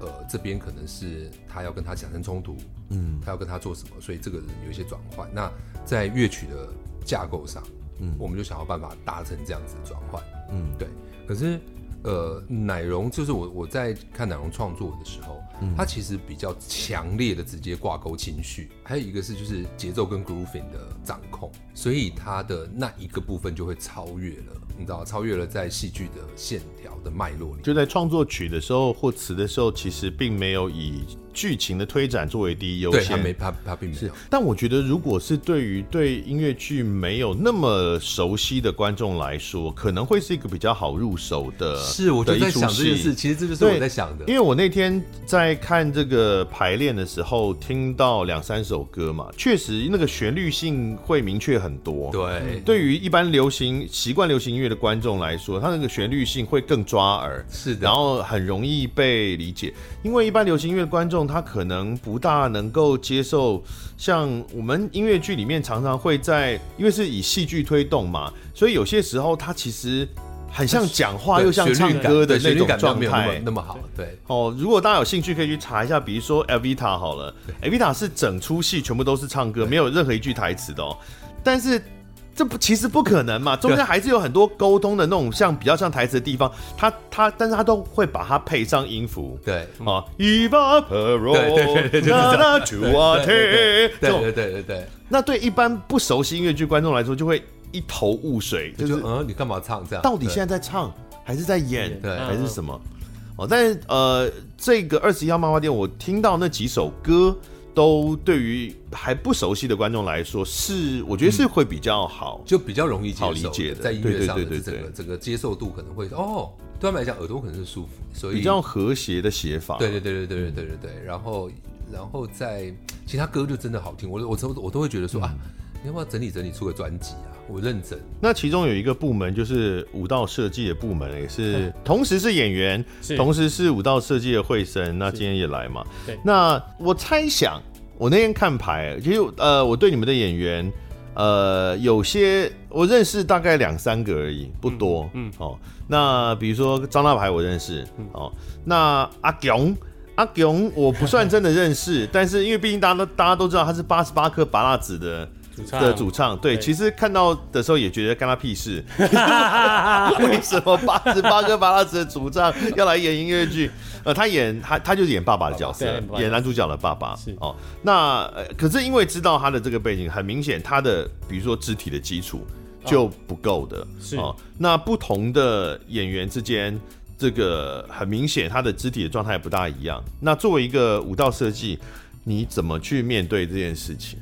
S3: 呃，这边可能是他要跟他产生冲突，嗯，他要跟他做什么，所以这个人有一些转换。那在乐曲的架构上，嗯，我们就想要办法达成这样子的转换，嗯，对。可是呃，奶蓉就是我我在看奶蓉创作的时候，它其实比较强烈的直接挂钩情绪，还有一个是就是节奏跟 grooving 的掌控，所以它的那一个部分就会超越了，你知道吗，超越了在戏剧的线条的脉络里。
S2: 就在创作曲的时候或词的时候，其实并没有以剧情的推展作为第一优
S3: 对，
S2: 先。
S3: 它没，它它并没有。
S2: 但我觉得，如果是对于对音乐剧没有那么熟悉的观众来说，可能会是一个比较好入手的。
S3: 是，我就
S2: 的一
S3: 在
S2: 出
S3: 想这件
S2: 戏
S3: 事，其实这就是
S2: 对
S3: 我在想的
S2: 因。为我那天在看这个排练的时候，听到两三首歌嘛，确实那个旋律性会明确很多。
S3: 对，
S2: 嗯对于一般流行习惯流行音乐的观众来说，它那个旋律性会更抓耳，
S3: 是的
S2: 然后很容易被理解。因为一般流行音乐的观众，他可能不大能够接受，像我们音乐剧里面常常会在，因为是以戏剧推动嘛，所以有些时候它其实很像讲话，
S3: 对
S2: 又像
S3: 旋
S2: 唱
S3: 律感
S2: 歌的
S3: 对
S2: 那
S3: 旋律
S2: 种
S3: 感
S2: 状
S3: 没有那
S2: 态
S3: 么。那么好。对，
S2: 哦，如果大家有兴趣，可以去查一下，比如说 Evita 好了，Evita 是整出戏全部都是唱歌，没有任何一句台词的哦。但是这不其实不可能嘛，中间还是有很多沟通的那种像比较像台词的地方，他他但是他都会把它配上音符。
S3: 对，
S2: 啊 e v a p o r o
S3: 嗯对对对对就是这样
S2: a t
S3: 对
S2: e
S3: 对对对对对，
S2: 那对一般不熟悉音乐剧观众来说，就会一头雾水，
S3: 就
S2: 就是是
S3: 嗯，你干嘛唱这样？
S2: 到底现
S3: 在
S2: 在在唱还是在演，
S3: 对
S2: 还是什么？哦，但是呃，这个二十一号漫画店，我听到那几首歌，都对于还不熟悉的观众来说，是我觉得是会比较好。
S3: 就比较容易接受
S2: 好
S3: 的，
S2: 理解的
S3: 在音乐上
S2: 对
S3: 的
S2: 对对对
S3: 整个
S2: 对
S3: 整个接受度可能会哦，对他们来讲耳朵可能是舒服，所以
S2: 比较和谐的写法，
S3: 对对对对对对对对对，然后然后在其他歌就真的好听，我我都我都会觉得说啊，
S2: 嗯
S3: 你要不要整理整理出个专辑啊？我认真，
S2: 那其中有一个部门就是舞蹈设计的部门，也是同时是演员，
S4: 是
S2: 同时是舞蹈设计的会生。那今天也来嘛
S4: 对？
S2: 那我猜想，我那天看牌，其实呃，我对你们的演员，呃，有些我认识大概两三个而已，不多。嗯，哦，那比如说张大牌我认识，
S4: 嗯
S2: 哦，那阿强。阿强，我不算真的认 识，但是因为毕竟大家都大家都知道他是八十八颗拔蜡子的
S4: 主唱
S2: 的主唱，对，
S4: 对
S2: 其实看到的时候也觉得干他屁事， 为什么八十八个巴拉子的主唱要来演音乐剧？呃，他演他他就是演爸爸的角色
S4: 对演爸，爸
S2: 演男主角的爸爸
S4: 是。
S2: 哦，那呃，可是因为知道他的这个背景，很明显他的比如说肢体的基础就不够的。
S4: 是
S2: 哦，那不同的演员之间。这个很明显，他的肢体的状态不大一样。那作为一个舞蹈设计，你怎么去面对这件事情？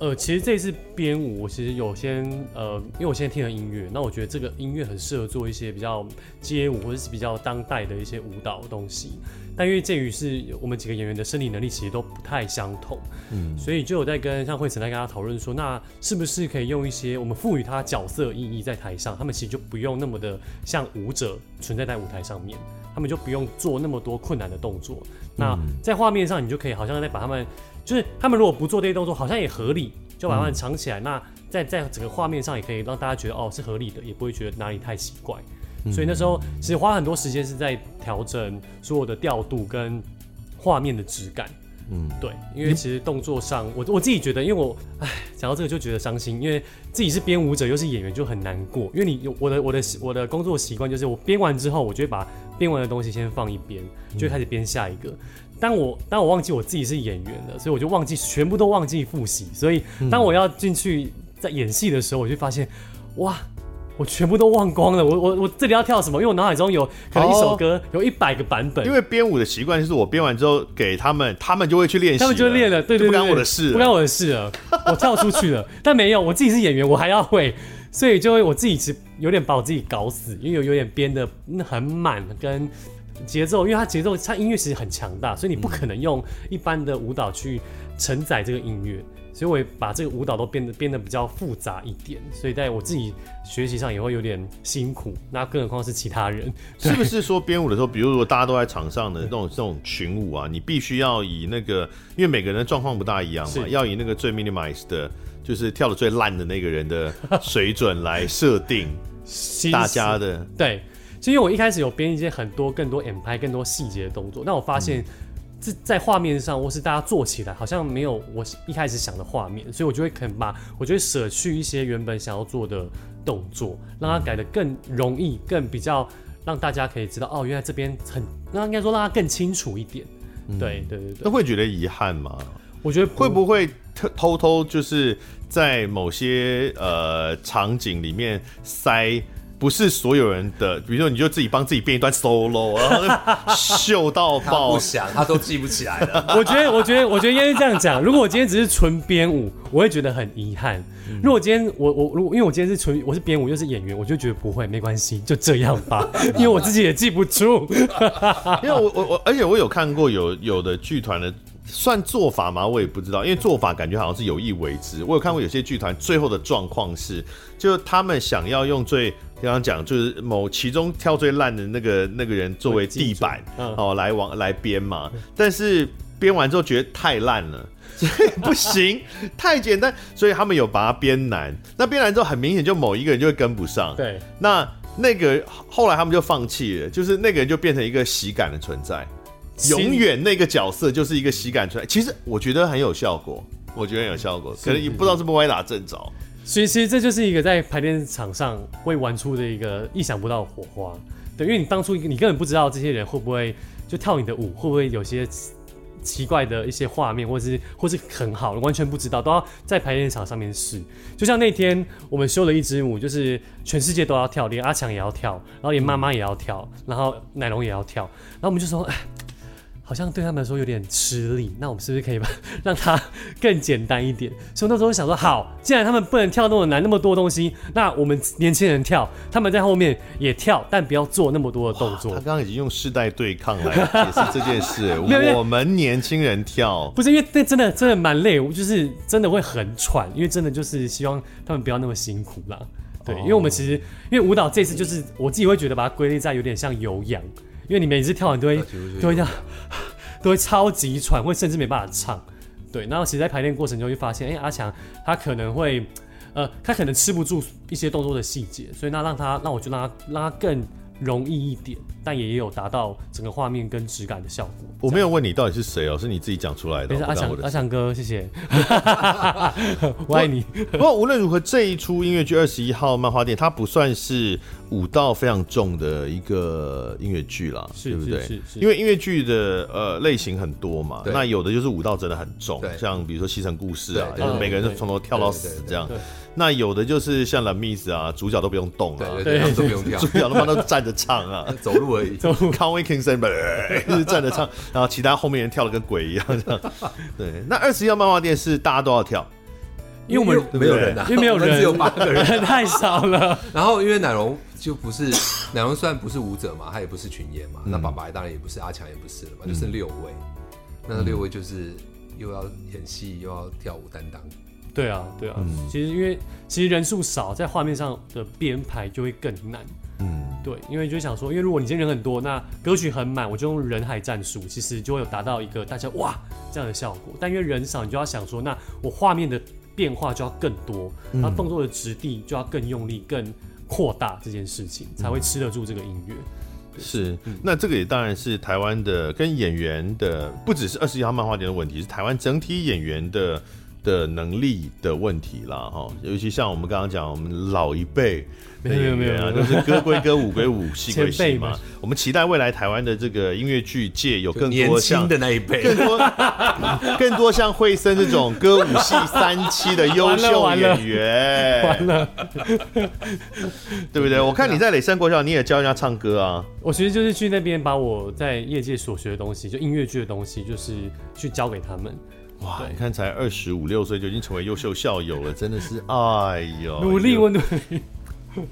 S4: 呃，其实这次编舞，我其实有先呃，因为我现在听了音乐，那我觉得这个音乐很适合做一些比较街舞或者是比较当代的一些舞蹈东西。但因为鉴于是我们几个演员的身体能力其实都不太相同，嗯，所以就有在跟像慧晨在跟他讨论说，那是不是可以用一些我们赋予他角色意义在台上，他们其实就不用那么的像舞者存在在舞台上面，他们就不用做那么多困难的动作。那在画面上，你就可以好像在把他们就是他们如果不做这些动作，好像也合理，就把它们藏起来。那在在整个画面上也可以让大家觉得哦是合理的，也不会觉得哪里太奇怪。所以那时候其实花很多时间是在调整所有的调度跟画面的质感。嗯，对，因为其实动作上，我我自己觉得，因为我，唉，讲到这个就觉得伤心，因为自己是编舞者又是演员，就很难过。因为你有我的我的我的工作习惯就是，我编完之后，我就会把编完的东西先放一边，就会开始编下一个。当我当我忘记我自己是演员了，所以我就忘记全部都忘记复习。所以当我要进去在演戏的时候，我就发现，哇，我全部都忘光了。我我我这里要跳什么？因为我脑海中有可能一首歌、有一百个版本
S2: 因。为编舞的习惯就是我编完之后给他们，他们就会去练习，
S4: 他们就练了，对对
S2: 就不
S4: 对，
S2: 干
S4: 对
S2: 我的事了，
S4: 不干我的事了，我跳出去了， 但没有，我自己是演员，我还要会，所以就会我自己其实有点把我自己搞死，因为有有点编的嗯很满跟。节奏，因为它节奏，它音乐其实很强大，所以你不可能用一般的舞蹈去承载这个音乐，所以我也把这个舞蹈都变得变得比较复杂一点，所以在我自己学习上也会有点辛苦，那更何况是其他人，
S2: 是不是说编舞的时候，比如如果大家都在场上的那种这种群舞啊，你必须要以那个，因为每个人的状况不大一样嘛，
S4: 是
S2: 要以那个最 minimized 的，就是跳的最烂的那个人的水准来设定
S4: 其实
S2: 大家的。
S4: 对，其实因为我一开始有编一些很多更多 M 拍更多细节的动作，那我发
S2: 嗯
S4: 现这在画面上或是大家做起来好像没有我一开始想的画面，所以我就会肯把我就会舍去一些原本想要做的动作，让它改得更容易，更比较让大家可以知道哦，原来这边很那应该说让它更清楚一点。对对对
S2: 那嗯
S4: 对，
S2: 会觉得遗憾吗？
S4: 我觉得
S2: 会不会偷偷偷就是在某些呃场景里面塞。不是所有人的，比如说你就自己帮自己编一段 solo，然 后秀到
S3: 他不
S2: 爆，
S3: 想，他都记不起来 了。
S4: 我觉得，我觉得，我觉得应该是这样讲。如果我今天只是纯编舞，我会觉得很遗憾。如果今天我我如果因为我今天是纯我是编舞又是演员，我就觉得不会没关系，就这样吧， 因为我自己也记不住。
S2: 因为我我我，而且我有看过有有的剧团的算做法吗？我也不知道，因为做法感觉好像是有意为之。我有看过有些剧团最后的状况是，就是他们想要用最刚刚讲就是某其中跳最烂的那个那个人作为地板、
S4: 嗯
S2: 哦来往来编嘛，但是编完之后觉得太烂了。 所以不行，太简单，所以他们有把它编难。那编难之后，很明显就某一个人就会跟不上。
S4: 对，
S2: 那那个后来他们就放弃了，就是那个人就变成一个喜感的存在，永远那个角色就是一个喜感存在。其实我觉得很有效果，我觉得很有效果，可能也不知道是不是歪打正着。
S4: 所以其实这就是一个在排练场上会玩出的一个意想不到的火花。对，因为你当初你根本不知道这些人会不会就跳你的舞，会不会有些奇奇怪的一些画面，或是或是很好，完全不知道，都要在排练场上面试。就像那天我们修了一支舞，就是全世界都要跳，连阿强也要跳，然后连妈妈也要跳，然后奶龙也要跳，然后我们就说，哎，好像对他们来说有点吃力，那我们是不是可以把 让它更简单一点？所以我那时候想说，好，既然他们不能跳那么难那么多东西，那我们年轻人跳，他们在后面也跳，但不要做那么多的动
S2: 他
S4: 作
S2: 刚。刚已经用世代对抗来解释这件事
S4: 没有没，有
S2: 我们年轻人跳。
S4: 不是因为那真的真的蛮累，我就是真的会很喘，因为真的就是希望他们不要那么辛苦啦。对，因为我
S3: 哦
S4: 们其实因为舞蹈这次就是我自己会觉得把它归类在有点像有氧，因为你每次跳完都会
S3: 对就是
S4: 都会这样， 都会超级喘，会甚至没办法唱。对，然后其实在排练过程中就发现，哎、阿强他可能会，呃，他可能吃不住一些动作的细节，所以那让他让我就让他让他更容易一点，但也有达到整个画面跟质感的效果。
S2: 我没有问你到底是谁哦，是你自己讲出来的
S4: 没
S2: 哦。
S4: 事，阿
S2: 不干
S4: 强
S2: 我的
S4: 阿
S2: 事
S4: 强哥，谢 谢，我爱你。
S2: 不过无论如何，这一出音乐剧《二十一号漫花店》它不算是舞蹈非常重的一个音乐剧啦，
S4: 是
S2: 对不对？
S4: 是是是
S2: 因为音乐剧的呃类型很多嘛，
S3: 对
S2: 那有的就是舞蹈真的很重
S3: 对，
S2: 像比如说《西城故事》啊，
S3: 对
S2: 就
S3: 对
S2: 是每个人都从头跳到
S3: 对
S2: 死
S3: 对对
S2: 这样
S4: 对。
S2: 那有的就是像《蓝 miss》啊，主角都不用动啊，
S3: 对对对，他们都不用跳
S2: 主，角他妈都站着唱 啊。
S3: 走路而 已。
S2: Conway Kingston 就是站着唱，然后其他后面人跳的跟鬼一样这样。对，那二十一号漫画店是大家都要跳，
S4: 因为我们
S3: 因没有人啊，
S4: 因为没有
S3: 我们
S4: 人，
S3: 只有八个 人。
S4: 人太少了。
S3: 然后因为奶龙就不是奶龙，虽然不是舞者嘛，他也不是群演
S4: 嗯
S3: 嘛，那爸爸当然也不是，阿强也不是了嘛，就剩六位。那六位就是又要演戏又要跳舞担当，
S4: 对啊，对啊，其实因为其实人数少，在画面上的编排就会更难。嗯，对，因为就想说，因为如果你今天人很多，那歌曲很满，我就用人海战术，其实就会有达到一个大家哇这样的效果。但因为人少，你就要想说，那我画面的变化就要更多，然后动作的质地就要更用力、更扩大这件事情，才会吃得住这个音乐。
S2: 是，那这个也当然是台湾的跟演员的，不只是二十一号漫画店的问题，是台湾整体演员的的能力的问题啦，哈。尤其像我们刚刚讲，我们老一辈的演
S4: 没有没
S2: 员
S4: 有
S2: 啊，
S4: 没有
S2: 就是歌归歌，舞归舞，戏归
S4: 前
S2: 戏
S4: 辈们
S2: 嘛。我们期待未来台湾的这个音乐剧界有更
S3: 年
S2: 多像
S3: 轻的那一辈。
S2: 更多 更多像惠森这种歌舞系三期的优秀
S4: 完了完了
S2: 演员，完了，对不对？我看你在磊山国小，你也教人家唱歌啊，
S4: 我其实就是去那边把我在业界所学的东西，就音乐剧的东西，就是去教给他们。
S2: 哇，你看才二十五六岁就已经成为优秀校友了，真的是，哎呦，
S4: 努力，我努力。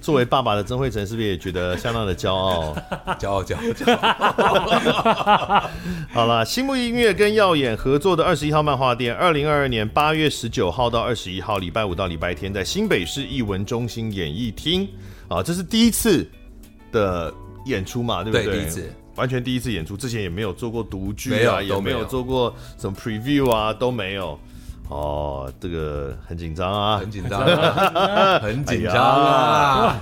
S2: 作为爸爸的曾慧成是不是也觉得相当的骄傲？
S3: 骄傲骄傲骄傲，
S2: 好了，新木音乐跟耀眼合作的二十一号漫画店，二零二二年八月十九号到二十一号，礼拜五到礼拜天，在新北市艺文中心演艺厅啊，这是第一次的演出嘛，对不对？
S3: 对第一次，
S2: 完全第一次演出，之前也没有做过独剧
S3: 没有
S2: 啊，也
S3: 都没有
S2: 有做过什么 preview 啊，都没有。哦，这个很紧张啊
S3: 很，紧 张
S4: 哎
S3: 啊，很紧张啊。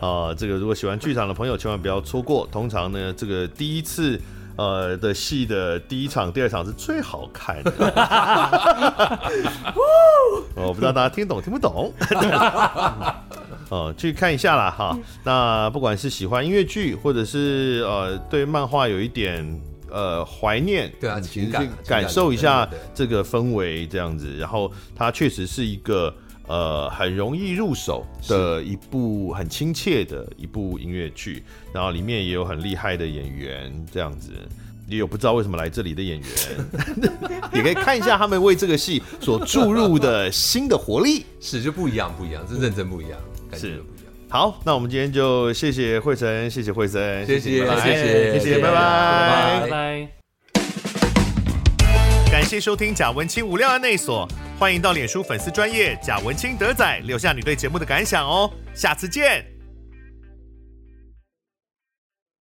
S2: 啊，这个如果喜欢剧场的朋友，千万不要错过。通常呢，这个第一次。呃的戏的第一场、第二场是最好看的。哦我不知道大家听懂听不懂。哦，去看一下啦哈。那不管是喜欢音乐剧，或者是呃对漫画有一点呃怀念，
S3: 对啊
S2: 嗯
S3: 情感啊
S2: 去
S3: 情感
S2: 感受一下
S3: 对对对
S2: 这个氛围这样子。然后它确实是一个呃很容易入手的一部很亲切的一部音乐剧，然后里面也有很厉害的演员这样子。也有不知道为什么来这里的演员，也可以看一下他们为这个戏所注入的新的活力。
S3: 是就不一样，不一样，这认真不一样，感觉就不一样。
S2: 好，那我们今天就谢谢慧晨，谢谢慧晨，
S3: 谢
S2: 你
S3: 谢
S2: 们来
S3: 谢谢
S2: 谢谢，拜拜。
S4: 拜拜。
S2: 感谢收听贾文清无料案内所，欢迎到脸书粉丝专业贾文清德仔留下你对节目的感想哦，下次见。